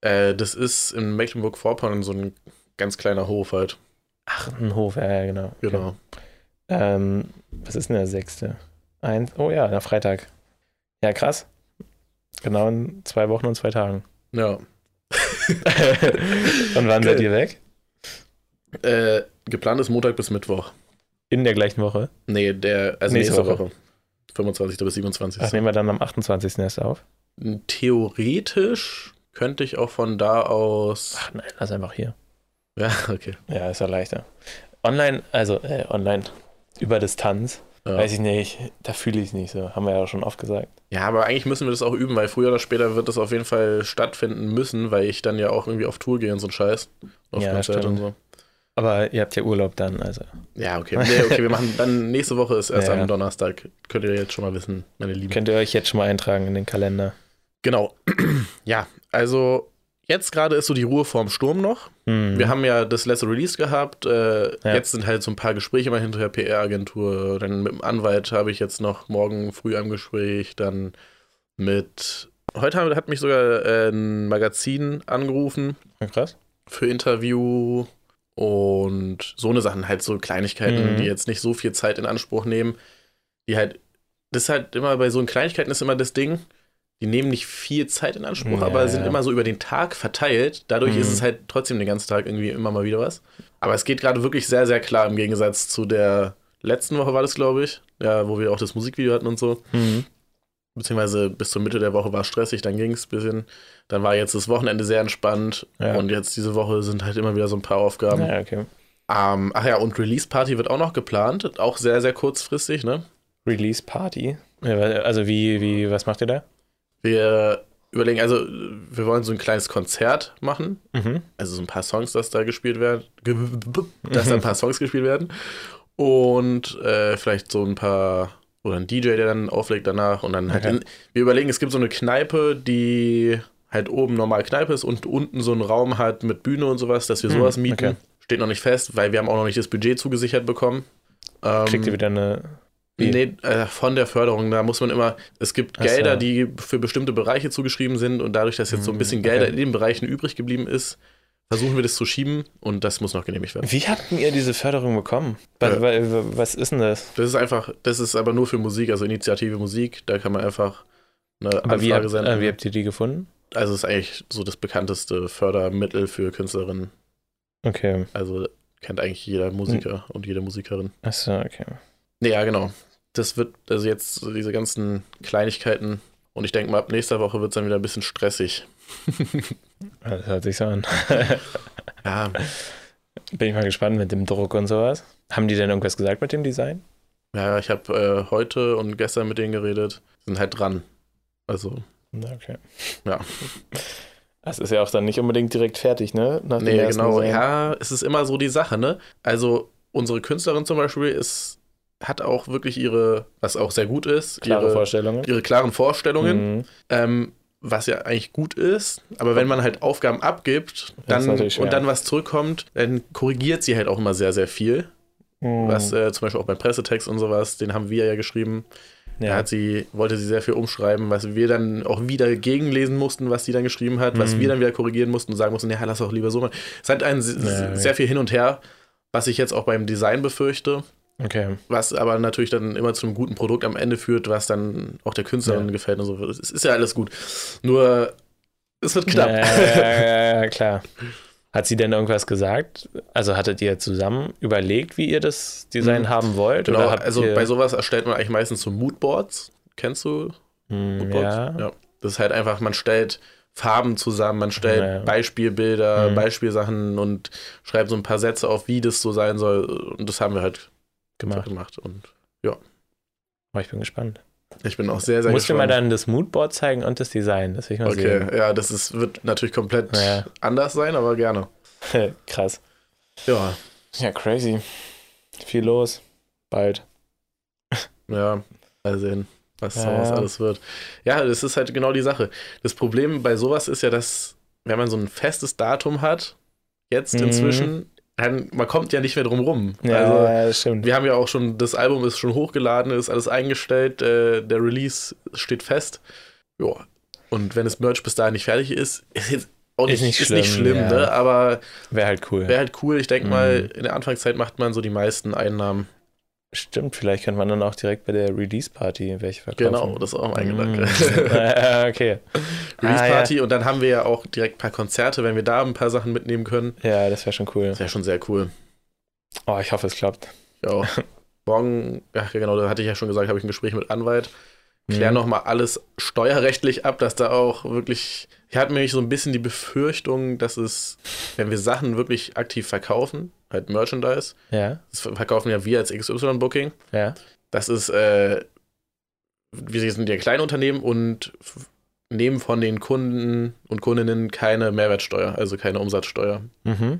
A: Äh, das ist in Mecklenburg-Vorpommern so ein ganz kleiner Hof halt.
B: Ach, ein Hof, ja, ja, genau. Okay.
A: Genau.
B: Ähm, was ist denn der sechste? Eins, oh ja, der Freitag. Ja, krass. Genau in zwei Wochen und zwei Tagen.
A: Ja.
B: und wann seid ihr weg?
A: Äh, geplant ist Montag bis Mittwoch.
B: In der gleichen Woche.
A: Nee, der, also
B: Nächste
A: nächste,
B: Woche.
A: Woche. 25. bis 27.
B: Ach, nehmen wir dann am 28. erst auf.
A: Theoretisch könnte ich auch von da aus.
B: Ach nein, lass einfach hier.
A: Ja, okay.
B: Ja, ist ja leichter. Online, also äh, online über Distanz
A: Ja.
B: Weiß ich nicht. Da fühle ich es nicht so. Haben wir ja schon oft gesagt.
A: Ja, aber eigentlich müssen wir das auch üben, weil früher oder später wird das auf jeden Fall stattfinden müssen, weil ich dann ja auch irgendwie auf Tour gehe und so ein Scheiß. Auf
B: Ja,
A: Konzerte
B: stimmt.
A: so.
B: Aber ihr habt ja Urlaub dann, also.
A: Ja, okay. Nee, okay, wir machen dann nächste Woche ist erst
B: Ja.
A: am Donnerstag. Könnt ihr jetzt schon mal wissen, meine Lieben.
B: Könnt ihr euch jetzt schon mal eintragen in den Kalender.
A: Genau. ja, also jetzt gerade ist so die Ruhe vorm Sturm noch.
B: Hm.
A: Wir haben ja das letzte Release gehabt. Äh,
B: Ja.
A: Jetzt sind halt so ein paar Gespräche mal hinterher PR-Agentur. Dann mit dem Anwalt habe ich jetzt noch morgen früh am Gespräch. Dann mit. Heute hat- hat mich sogar äh, ein Magazin angerufen
B: Ja, krass.
A: für Interview und so eine Sachen, halt so Kleinigkeiten,
B: Mhm.
A: die jetzt nicht so viel Zeit in Anspruch nehmen, die halt, das ist halt immer bei so Kleinigkeiten ist immer das Ding, die nehmen nicht viel Zeit in Anspruch,
B: Ja,
A: aber sind
B: ja.
A: immer so über den Tag verteilt. Dadurch
B: Mhm.
A: ist es halt trotzdem den ganzen Tag irgendwie immer mal wieder was. Aber es geht gerade wirklich sehr, sehr klar im Gegensatz zu der letzten Woche war das, glaube ich, ja, wo wir auch das Musikvideo hatten und so
B: Hm.
A: beziehungsweise bis zur Mitte der Woche war es stressig, dann ging es ein bisschen. Dann war jetzt das Wochenende sehr entspannt
B: Ja.
A: und jetzt diese Woche sind halt immer wieder so ein paar Aufgaben.
B: Ja, okay.
A: Ähm, ach ja, und Release Party wird auch noch geplant, auch sehr, sehr kurzfristig, ne?
B: Release Party. Ja, wa- Also wie, wie, was macht ihr da?
A: Wir überlegen, also wir wollen so ein kleines Konzert machen,
B: Mhm.
A: also so ein paar Songs, dass da gespielt werden, ge- dass da ein paar Songs gespielt werden und äh, vielleicht so ein paar oder ein DJ, der dann auflegt danach und dann halt
B: Okay.
A: in, wir überlegen, es gibt so eine Kneipe, die halt oben normal Kneipe ist und unten so einen Raum hat mit Bühne und sowas, dass wir
B: Hm,
A: sowas mieten.
B: okay.
A: Steht noch nicht fest, weil wir haben auch noch nicht das Budget zugesichert bekommen. Ähm,
B: Kriegt ihr wieder eine. Wie?
A: Nee, äh, von der Förderung, da muss man immer, es gibt
B: Ach so.
A: Gelder, die für bestimmte Bereiche zugeschrieben sind und dadurch, dass jetzt so ein
B: Hm,
A: bisschen
B: okay.
A: Gelder in den Bereichen übrig geblieben ist, versuchen wir das zu schieben und das muss noch genehmigt werden.
B: Wie habt denn ihr diese Förderung bekommen? Was,
A: Ja.
B: wa- was ist denn das?
A: Das ist einfach, das ist aber nur für Musik, also Initiative Musik, da kann man einfach eine
B: Aber wie
A: Anfrage
B: habt, äh, wie
A: senden.
B: habt ihr die gefunden?
A: Also ist eigentlich so das bekannteste Fördermittel für Künstlerinnen.
B: Okay.
A: Also kennt eigentlich jeder Musiker
B: Hm.
A: und jede Musikerin.
B: Achso, okay.
A: Nee, Ja, genau. Das wird, also jetzt so diese ganzen Kleinigkeiten und ich denke mal, ab nächster Woche wird es dann wieder ein bisschen stressig.
B: Das hört sich so an.
A: ja,
B: Bin ich mal gespannt mit dem Druck und sowas. Haben die denn irgendwas gesagt mit dem Design?
A: ja, ich habe äh, heute und gestern mit denen geredet, sind halt dran. Also,
B: Na, Okay.
A: Ja.
B: Das ist ja auch dann nicht unbedingt direkt fertig, ne? Nach dem
A: nee,
B: ersten
A: genau.
B: Design.
A: Ja, es ist immer so die Sache, ne? Also, unsere Künstlerin zum Beispiel ist, hat auch wirklich ihre, was auch sehr gut ist,
B: Klare
A: ihre,
B: Vorstellungen.
A: ihre klaren Vorstellungen.
B: Mhm.
A: ähm, was ja eigentlich gut ist, aber wenn man halt Aufgaben abgibt
B: Das
A: dann,
B: ist natürlich schwer.
A: und dann was zurückkommt, dann korrigiert sie halt auch immer sehr, sehr viel.
B: Mhm.
A: Was äh, zum Beispiel auch beim Pressetext und sowas, den haben wir ja geschrieben. Da
B: Mhm. ja.
A: hat sie, wollte sie sehr viel umschreiben, was wir dann auch wieder gegenlesen mussten, was sie dann geschrieben hat, was
B: Mhm.
A: wir dann wieder korrigieren mussten und sagen mussten, ja, lass auch lieber so mal. Es hat einen s-
B: Ja,
A: sehr viel hin und her, was ich jetzt auch beim Design befürchte,
B: Okay.
A: was aber natürlich dann immer zu einem guten Produkt am Ende führt, was dann auch der Künstlerin
B: Ja.
A: gefällt und so. Es ist ja alles gut. Nur es wird knapp.
B: Ja, ja, ja, ja, ja, klar. Hat sie denn irgendwas gesagt? Also hattet ihr zusammen überlegt, wie ihr das Design
A: Mhm.
B: haben wollt?
A: Genau,
B: oder habt
A: also
B: ihr,
A: bei sowas erstellt man eigentlich meistens so Moodboards. Kennst du
B: Hm,
A: Moodboards?
B: ja.
A: Das ist halt einfach, man stellt Farben zusammen, man stellt
B: Ja.
A: Beispielbilder,
B: Mhm.
A: Beispielsachen und schreibt so ein paar Sätze auf, wie das so sein soll. Und das haben wir halt
B: gemacht.
A: gemacht. Und
B: Oh, ich bin gespannt.
A: ich bin auch sehr, sehr
B: Musst du mir
A: gespannt.
B: dann das Moodboard zeigen und das Design? Das will ich mal
A: okay, ja, das ist, wird natürlich komplett
B: Ja.
A: anders sein, aber gerne.
B: sehen. Krass.
A: Ja,
B: Ja, crazy. Viel los. Bald.
A: Ja, mal sehen, was
B: Ja,
A: daraus
B: ja.
A: alles wird. Ja, das ist halt genau die Sache. Das Problem bei sowas ist ja, dass, wenn man so ein festes Datum hat, jetzt
B: Mhm.
A: inzwischen, dann, man kommt ja nicht mehr drum rum.
B: Ja,
A: Also,
B: ja, das stimmt.
A: wir haben ja auch schon, das Album ist schon hochgeladen, ist alles eingestellt, äh, der Release steht fest. Ja. Und wenn das Merch bis dahin nicht fertig ist, ist jetzt auch
B: Ist
A: nicht,
B: nicht
A: ist nicht
B: schlimm,
A: schlimm,
B: ja.
A: ne? Aber
B: Wäre halt cool.
A: wäre halt cool. Ich denke mal,
B: Mhm.
A: in der Anfangszeit macht man so die meisten Einnahmen.
B: Stimmt, vielleicht könnte man dann auch direkt bei der Release-Party welche verkaufen.
A: Genau, das ist auch mein Gedanke.
B: Mm. Ah, okay.
A: Release
B: Ah,
A: Party und dann haben wir ja auch direkt ein paar Konzerte, wenn wir da ein paar Sachen mitnehmen können.
B: Ah, Ja, das wäre schon cool.
A: Das wäre schon sehr cool.
B: Oh, ich hoffe, es klappt.
A: Ja. auch. Morgen, ach ja genau, da hatte ich ja schon gesagt, habe ich ein Gespräch mit Anwalt. Klär
B: Mhm.
A: noch nochmal alles steuerrechtlich ab, dass da auch wirklich. Ich hatte nämlich so ein bisschen die Befürchtung, dass es, wenn wir Sachen wirklich aktiv verkaufen, halt Merchandise,
B: Ja,
A: das verkaufen ja wir als XY-Booking,
B: ja.
A: Das ist, äh, wir sind ja Kleinunternehmen und f- nehmen von den Kunden und Kundinnen keine Mehrwertsteuer, also keine Umsatzsteuer.
B: Mhm.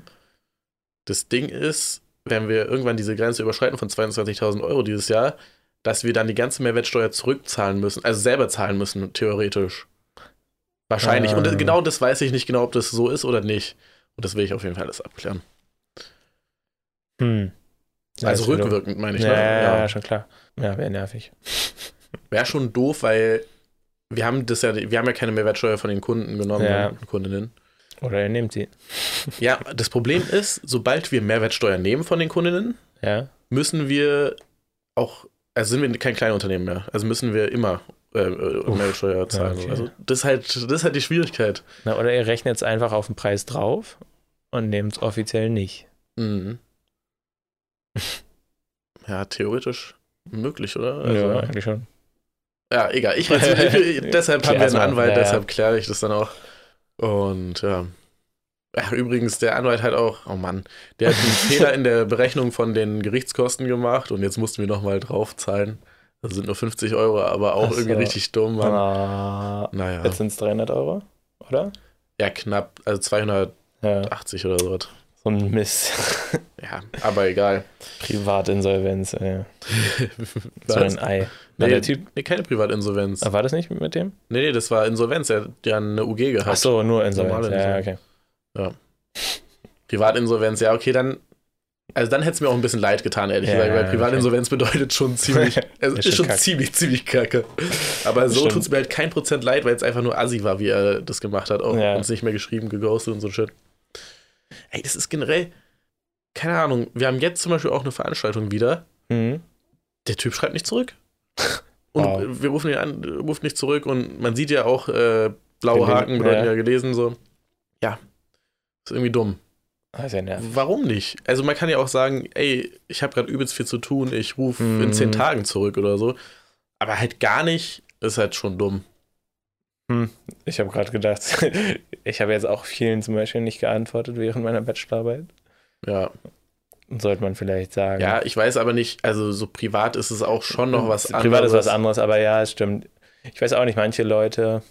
A: Das Ding ist, wenn wir irgendwann diese Grenze überschreiten von 22.000 Euro dieses Jahr, dass wir dann die ganze Mehrwertsteuer zurückzahlen müssen, also selber zahlen müssen, theoretisch. Wahrscheinlich.
B: Ah.
A: Und genau das weiß ich nicht genau, ob das so ist oder nicht. Und das will ich auf jeden Fall alles abklären.
B: Hm. Ja,
A: also
B: das wird doch-
A: rückwirkend, meine ich.
B: Ja,
A: ne?
B: ja,
A: Ja.
B: ja, schon klar. Ja, wäre nervig.
A: Wäre schon doof, weil wir haben das ja, wir haben ja keine Mehrwertsteuer von den Kunden genommen
B: Ja.
A: und Kundinnen.
B: Oder ihr nehmt sie.
A: Ja, das Problem ist, sobald wir Mehrwertsteuer nehmen von den Kundinnen,
B: Ja.
A: müssen wir auch, also sind wir kein Kleinunternehmen mehr. Also müssen wir immer äh, äh,
B: Uff,
A: Mehrwertsteuer zahlen.
B: okay.
A: Also das ist halt, das ist halt die Schwierigkeit.
B: Na, oder ihr rechnet es einfach auf den Preis drauf und nehmt es offiziell nicht.
A: Mhm. Ja, theoretisch möglich, oder?
B: ja,
A: Also,
B: eigentlich schon.
A: ja. egal. Ich, deshalb haben wir einen
B: Klär's mal.
A: Anwalt,
B: Ja, ja.
A: deshalb kläre ich das dann auch. Und ja. Ach, übrigens, der Anwalt hat auch, oh Mann, der hat einen Fehler in der Berechnung von den Gerichtskosten gemacht und jetzt mussten wir nochmal drauf zahlen. Das sind nur 50 Euro, aber auch
B: Ach so.
A: irgendwie richtig dumm. Mann.
B: Ah,
A: Naja,
B: jetzt sind es 300 Euro, oder?
A: ja, knapp, also 280
B: Ja,
A: oder sowas.
B: so ein Mist.
A: Ja, aber egal.
B: Privatinsolvenz, ey. So
A: Was?
B: ein Ei. Na,
A: Nee,
B: der Typ,
A: nee, keine Privatinsolvenz.
B: ah, war das nicht mit dem?
A: Nee, nee, das war Insolvenz. Er hat ja eine UG gehabt.
B: Ach so, nur Insolvenz.
A: Normale
B: Ja, okay.
A: Insolvenz. Privatinsolvenz, ja, okay, dann. Also dann hätte es mir auch ein bisschen leid getan, ehrlich
B: Ja,
A: gesagt, weil
B: ja,
A: Privatinsolvenz bedeutet schon ziemlich, also
B: Ist
A: ist,
B: schon
A: schon
B: kacke.
A: ziemlich, ziemlich kacke. Aber so
B: Stimmt.
A: tut es mir halt kein Prozent leid, weil es einfach nur assi war, wie er das gemacht hat, auch
B: Ja.
A: uns nicht mehr geschrieben, geghostet und so ein Shit. Ey, das ist generell, keine Ahnung, wir haben jetzt zum Beispiel auch eine Veranstaltung wieder,
B: Mhm.
A: der Typ schreibt nicht zurück. Und
B: Wow.
A: wir rufen ihn an, äh, ruft nicht zurück und man sieht ja auch, äh, blaue
B: Den-
A: Haken bedeuten
B: ja.
A: ja gelesen, so. Ja. Ist irgendwie dumm.
B: Ah, ist ja nervig.
A: Warum nicht? Also man kann ja auch sagen, ey, ich habe gerade übelst viel zu tun, ich rufe
B: Mhm.
A: in zehn Tagen zurück oder so. Aber halt gar nicht, ist halt schon dumm.
B: Ich habe gerade gedacht, ich habe jetzt auch vielen zum Beispiel nicht geantwortet während meiner Bachelorarbeit.
A: Ja.
B: Sollte man vielleicht sagen.
A: Ja, ich weiß aber nicht, also so privat ist es auch schon noch was
B: Privat ist was anderes, aber ja, es stimmt. Ich weiß auch nicht, manche Leute,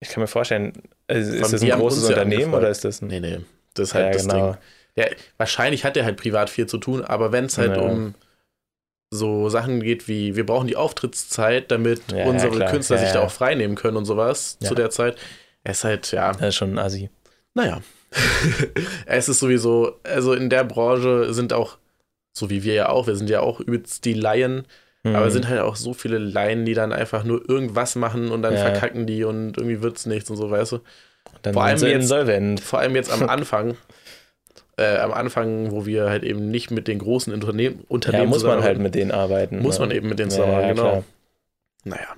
B: ich kann mir vorstellen, also ist
A: Von
B: das
A: die
B: ein
A: haben
B: großes
A: uns ja
B: Unternehmen
A: angefragt.
B: oder ist das ein.
A: Nee, nee. Das ist
B: ja,
A: halt das
B: genau.
A: Ding. Ja, wahrscheinlich hat er halt privat viel zu tun, aber wenn es halt
B: Ja.
A: um so Sachen geht wie, wir brauchen die Auftrittszeit, damit
B: Ja, ja,
A: unsere
B: klar.
A: Künstler
B: Ja,
A: sich da
B: ja.
A: auch freinehmen können und sowas
B: Ja.
A: zu der Zeit, ist halt, ja,
B: Das ist schon ein Assi.
A: naja. es ist sowieso, also in der Branche sind auch, so wie wir ja auch, wir sind ja auch übelst die Laien,
B: Mhm. Hm,
A: aber sind halt auch so viele Laien, die dann einfach nur irgendwas machen und dann
B: Ja.
A: verkacken die und irgendwie wird's nichts und so, weißt du.
B: dann
A: vor
B: sind
A: allem
B: sie
A: jetzt-
B: insolvent.
A: Vor allem jetzt am Anfang, äh, am Anfang, wo wir halt eben nicht mit den großen Unternehmen, Unternehmen
B: Ja, muss man halt
A: zusammenarbeiten,
B: mit denen arbeiten.
A: muss man
B: ne?
A: eben mit denen
B: Ja,
A: zusammenarbeiten,
B: ja,
A: genau.
B: klar.
A: Naja,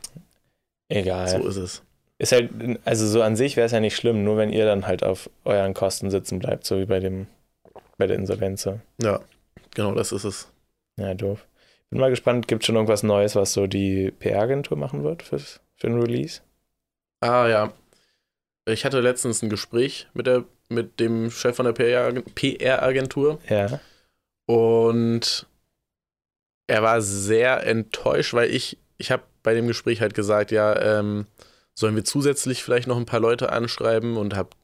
B: Egal.
A: so ist es.
B: Ist halt, also so an sich wäre es ja nicht schlimm, nur wenn ihr dann halt auf euren Kosten sitzen bleibt, so wie bei dem, bei der Insolvenz. so.
A: Ja, genau, das ist es.
B: Ja, doof. Bin mal gespannt, gibt es schon irgendwas Neues, was so die PR-Agentur machen wird fürs, für den Release?
A: Ah ja. Ich hatte letztens ein Gespräch mit der mit dem Chef von der PR-Agen- PR-Agentur
B: Ja.
A: und er war sehr enttäuscht, weil ich, ich habe bei dem Gespräch halt gesagt, ja, ähm, sollen wir zusätzlich vielleicht noch ein paar Leute anschreiben und hab,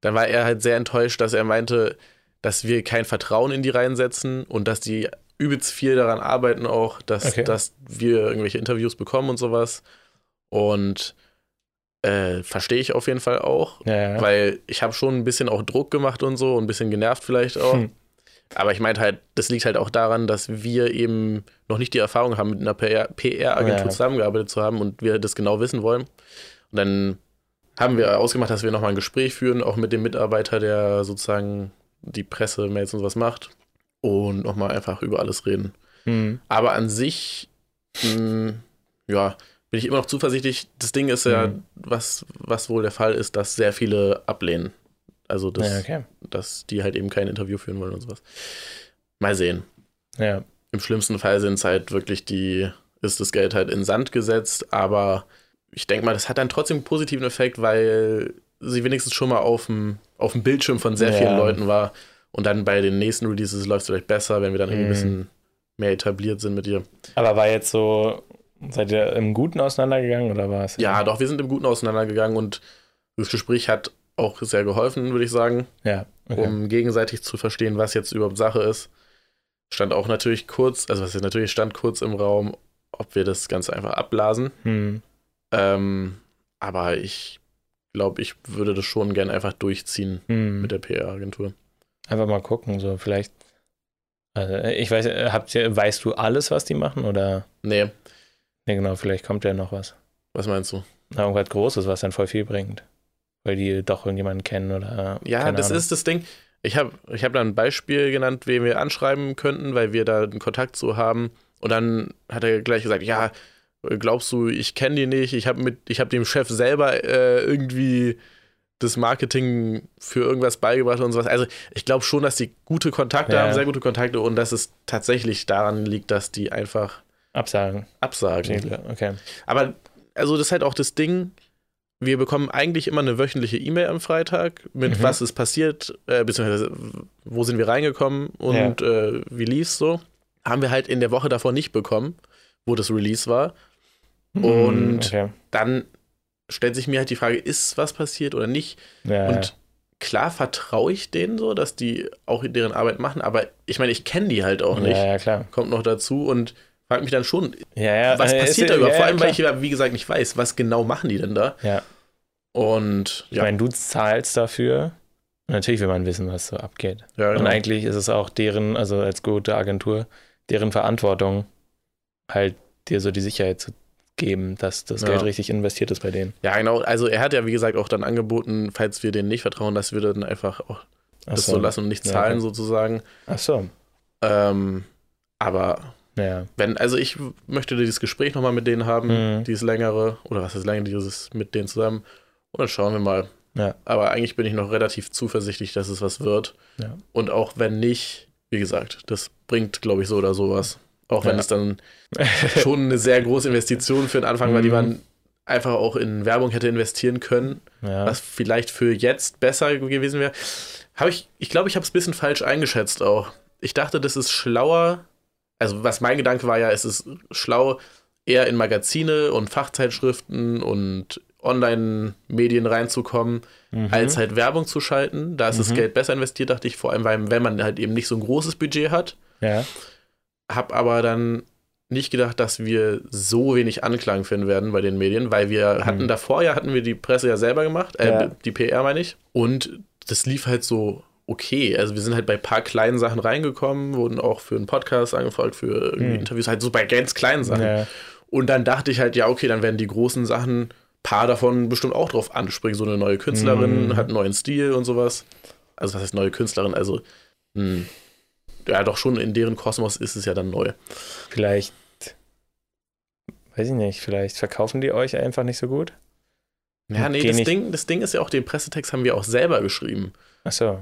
A: dann war er halt sehr enttäuscht, dass er meinte, dass wir kein Vertrauen in die reinsetzen und dass die übelst viel daran arbeiten auch, dass,
B: Okay.
A: dass wir irgendwelche Interviews bekommen und sowas. Und äh, verstehe ich auf jeden Fall auch,
B: Ja, ja.
A: weil ich habe schon ein bisschen auch Druck gemacht und so und ein bisschen genervt vielleicht auch.
B: Hm.
A: Aber ich meinte halt, das liegt halt auch daran, dass wir eben noch nicht die Erfahrung haben, mit einer PR PR-Agentur
B: Ja.
A: zusammengearbeitet zu haben und wir das genau wissen wollen. Und dann haben wir ausgemacht, dass wir nochmal ein Gespräch führen, auch mit dem Mitarbeiter, der sozusagen die Presse-Mails und was macht. Und nochmal einfach über alles reden.
B: Hm.
A: Aber an sich, mh, ja, bin ich immer noch zuversichtlich. Das Ding ist ja,
B: Mhm.
A: was, was wohl der Fall ist, dass sehr viele ablehnen. Also, dass,
B: ja, okay.
A: dass die halt eben kein Interview führen wollen und sowas. Mal sehen.
B: Ja.
A: Im schlimmsten Fall sind es halt wirklich die, ist das Geld halt in Sand gesetzt, aber ich denke mal, das hat dann trotzdem einen positiven Effekt, weil sie wenigstens schon mal auf dem, auf dem Bildschirm von sehr
B: Ja.
A: vielen Leuten war und dann bei den nächsten Releases läuft es vielleicht besser, wenn wir dann irgendwie
B: Mhm.
A: ein bisschen mehr etabliert sind mit dir.
B: Aber war jetzt so, seid ihr im Guten auseinandergegangen oder war es?
A: Ja, doch, wir sind im Guten auseinandergegangen und das Gespräch hat auch sehr geholfen, würde ich sagen,
B: Ja, okay.
A: um gegenseitig zu verstehen, was jetzt überhaupt Sache ist. Stand auch natürlich kurz, also was ist natürlich stand kurz im Raum, ob wir das Ganze einfach abblasen.
B: Hm.
A: Ähm, aber ich glaube, ich würde das schon gern einfach durchziehen
B: Hm.
A: mit der PR-Agentur.
B: Einfach mal gucken, so vielleicht. Also, ich weiß, äh, habt ihr, weißt du alles, was die machen? Oder?
A: Nee,
B: Ne, genau, vielleicht kommt ja noch was.
A: was meinst du?
B: Na, irgendwas Großes, was dann voll viel bringt. Weil die doch irgendjemanden kennen oder. äh,
A: Ja,
B: keine
A: das
B: Ahnung.
A: ist das Ding. Ich habe ich hab da ein Beispiel genannt, wen wir anschreiben könnten, weil wir da einen Kontakt zu haben. Und dann hat er gleich gesagt, ja, glaubst du, ich kenne die nicht, ich habe hab dem Chef selber äh, irgendwie das Marketing für irgendwas beigebracht und sowas. Also ich glaube schon, dass die gute Kontakte
B: Ja.
A: haben, sehr gute Kontakte und dass es tatsächlich daran liegt, dass die einfach
B: Absagen.
A: absagen.
B: Okay.
A: Aber also das ist halt auch das Ding, wir bekommen eigentlich immer eine wöchentliche E-Mail am Freitag mit
B: Mhm.
A: was ist passiert, äh, beziehungsweise w- wo sind wir reingekommen und äh, wie lief's so. Haben wir halt in der Woche davor nicht bekommen, wo das Release war. Und-
B: Mhm, Mm, Okay.
A: Dann stellt sich mir halt die Frage, ist was passiert oder nicht?
B: Ja,
A: Und klar vertraue ich denen so, dass die auch deren Arbeit machen, aber ich meine, ich kenne die halt auch
B: ja.
A: nicht.
B: Ja, ja, klar.
A: Kommt noch dazu und frage mich dann schon,
B: Ja, ja,
A: was
B: äh, ist
A: passiert
B: ja-
A: da überhaupt?
B: ja,
A: Vor
B: ja,
A: allem, weil
B: klar.
A: ich ja, wie gesagt, nicht weiß, was genau machen die denn da.
B: Ja.
A: Und
B: Ich meine, du zahlst dafür. Natürlich will man wissen, was so abgeht.
A: ja, genau.
B: Und eigentlich ist es auch deren, also als gute Agentur, deren Verantwortung, halt dir so die Sicherheit zu geben, dass das
A: Ja.
B: Geld richtig investiert ist bei denen.
A: ja, genau. Also er hat ja, wie gesagt, auch dann angeboten, falls wir denen nicht vertrauen, dass wir dann einfach auch
B: Ach
A: das
B: so.
A: so lassen und nicht
B: Ja,
A: zahlen
B: okay.
A: sozusagen.
B: Ach so.
A: Ähm, aber
B: Ja.
A: wenn, also ich w- möchte dieses Gespräch nochmal mit denen haben,
B: Mhm.
A: dieses längere, oder was ist länger, dieses mit denen zusammen. Und dann schauen wir mal.
B: Ja.
A: Aber eigentlich bin ich noch relativ zuversichtlich, dass es was wird.
B: Ja.
A: Und auch wenn nicht, wie gesagt, das bringt, glaube ich, so oder sowas. Auch wenn
B: Ja.
A: es dann schon eine sehr große Investition für den Anfang
B: Mhm.
A: war, die man einfach auch in Werbung hätte investieren können,
B: ja.
A: was vielleicht für jetzt besser gewesen wäre. Habe ich, ich glaube, ich habe es ein bisschen falsch eingeschätzt auch. Ich dachte, das ist schlauer. Also, was mein Gedanke war ja, es ist schlau, eher in Magazine und Fachzeitschriften und Online-Medien reinzukommen,
B: Mhm.
A: als halt Werbung zu schalten. Da ist das
B: Mhm.
A: Geld besser investiert, dachte ich, vor allem, weil, wenn man halt eben nicht so ein großes Budget hat
B: ja.
A: habe aber dann nicht gedacht, dass wir so wenig Anklang finden werden bei den Medien, weil wir hatten davor ja, hatten wir die Presse ja selber gemacht, äh,
B: Mhm. Ja.
A: die PR meine ich, und das lief halt so okay. Also wir sind halt bei ein paar kleinen Sachen reingekommen, wurden auch für einen Podcast angefragt, für irgendwie
B: Mhm.
A: Interviews, halt so bei ganz kleinen Sachen.
B: ja.
A: Und dann dachte ich halt, ja, okay, dann werden die großen Sachen, paar davon bestimmt auch drauf anspringen. So eine neue Künstlerin
B: Mhm.
A: hat einen neuen Stil und sowas. Also, was heißt neue Künstlerin? Also, hm, ja, doch schon in deren Kosmos ist es ja dann neu.
B: Vielleicht, weiß ich nicht, vielleicht verkaufen die euch einfach nicht so gut.
A: Ja, nee,
B: Geh
A: das
B: nicht-
A: Ding, das Ding ist ja auch, den Pressetext haben wir auch selber geschrieben.
B: Ach so.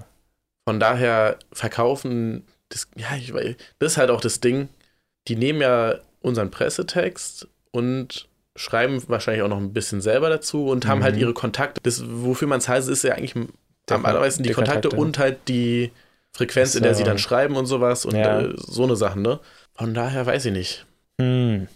A: Von daher verkaufen, das, ja, ich weiß, das ist halt auch das Ding. Die nehmen ja unseren Pressetext und schreiben wahrscheinlich auch noch ein bisschen selber dazu und haben
B: Mhm.
A: halt ihre Kontakte. Das, wofür man es heißt, ist ja eigentlich am allermeisten die, Kontakte, und halt die Frequenz, in der
B: So.
A: sie dann schreiben und sowas und
B: Ja.
A: äh, so eine Sachen, ne? Von daher weiß ich nicht.
B: Hm.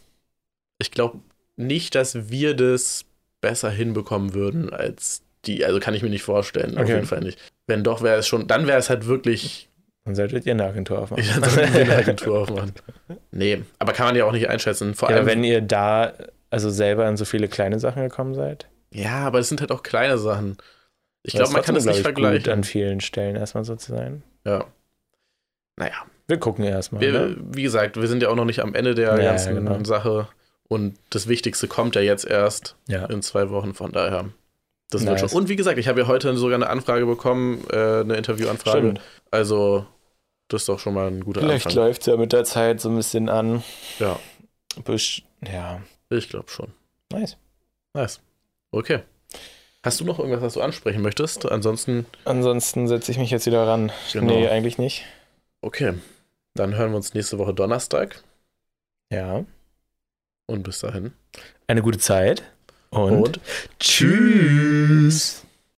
A: Ich glaube nicht, dass wir das besser hinbekommen würden als die. Also kann ich mir nicht vorstellen. Auf
B: Okay.
A: jeden Fall nicht. Wenn doch, wäre es schon, dann wäre es halt wirklich
B: Dann solltet ihr eine Agentur aufmachen.
A: dann sollten wir eine Agentur aufmachen. Nee, aber kann man ja auch nicht einschätzen. Vor
B: Ja,
A: allem,
B: aber wenn ihr da also selber an so viele kleine Sachen gekommen seid,
A: ja, aber es sind halt auch kleine Sachen. Ich
B: war
A: glaube, man kann das
B: trotzdem,
A: nicht
B: glaub ich, gut,
A: vergleichen.
B: an vielen Stellen erstmal so zu sein.
A: Ja. Naja.
B: Wir gucken erstmal.
A: Wir,
B: ne?
A: wie gesagt, wir sind ja auch noch nicht am Ende der
B: Ja,
A: ganzen
B: ja, genau.
A: Sache. Und das Wichtigste kommt ja jetzt erst
B: Ja.
A: in zwei Wochen, von daher. Das wird
B: Nice.
A: schon. Und wie gesagt, ich habe ja heute sogar eine Anfrage bekommen, äh, eine Interviewanfrage.
B: Stimmt.
A: Also, das ist doch schon mal ein guter
B: Vielleicht
A: Anfang.
B: läuft es ja mit der Zeit so ein bisschen an.
A: Ja.
B: Best ja,
A: Ich glaube schon.
B: nice.
A: Nice. Okay. Hast du noch irgendwas, was du ansprechen möchtest? Ansonsten,
B: Ansonsten setze ich mich jetzt wieder ran.
A: Genau.
B: Nee, eigentlich nicht.
A: okay. Dann hören wir uns nächste Woche Donnerstag
B: Ja.
A: und bis dahin.
B: Eine gute Zeit. Und,
A: tschüss.
B: tschüss.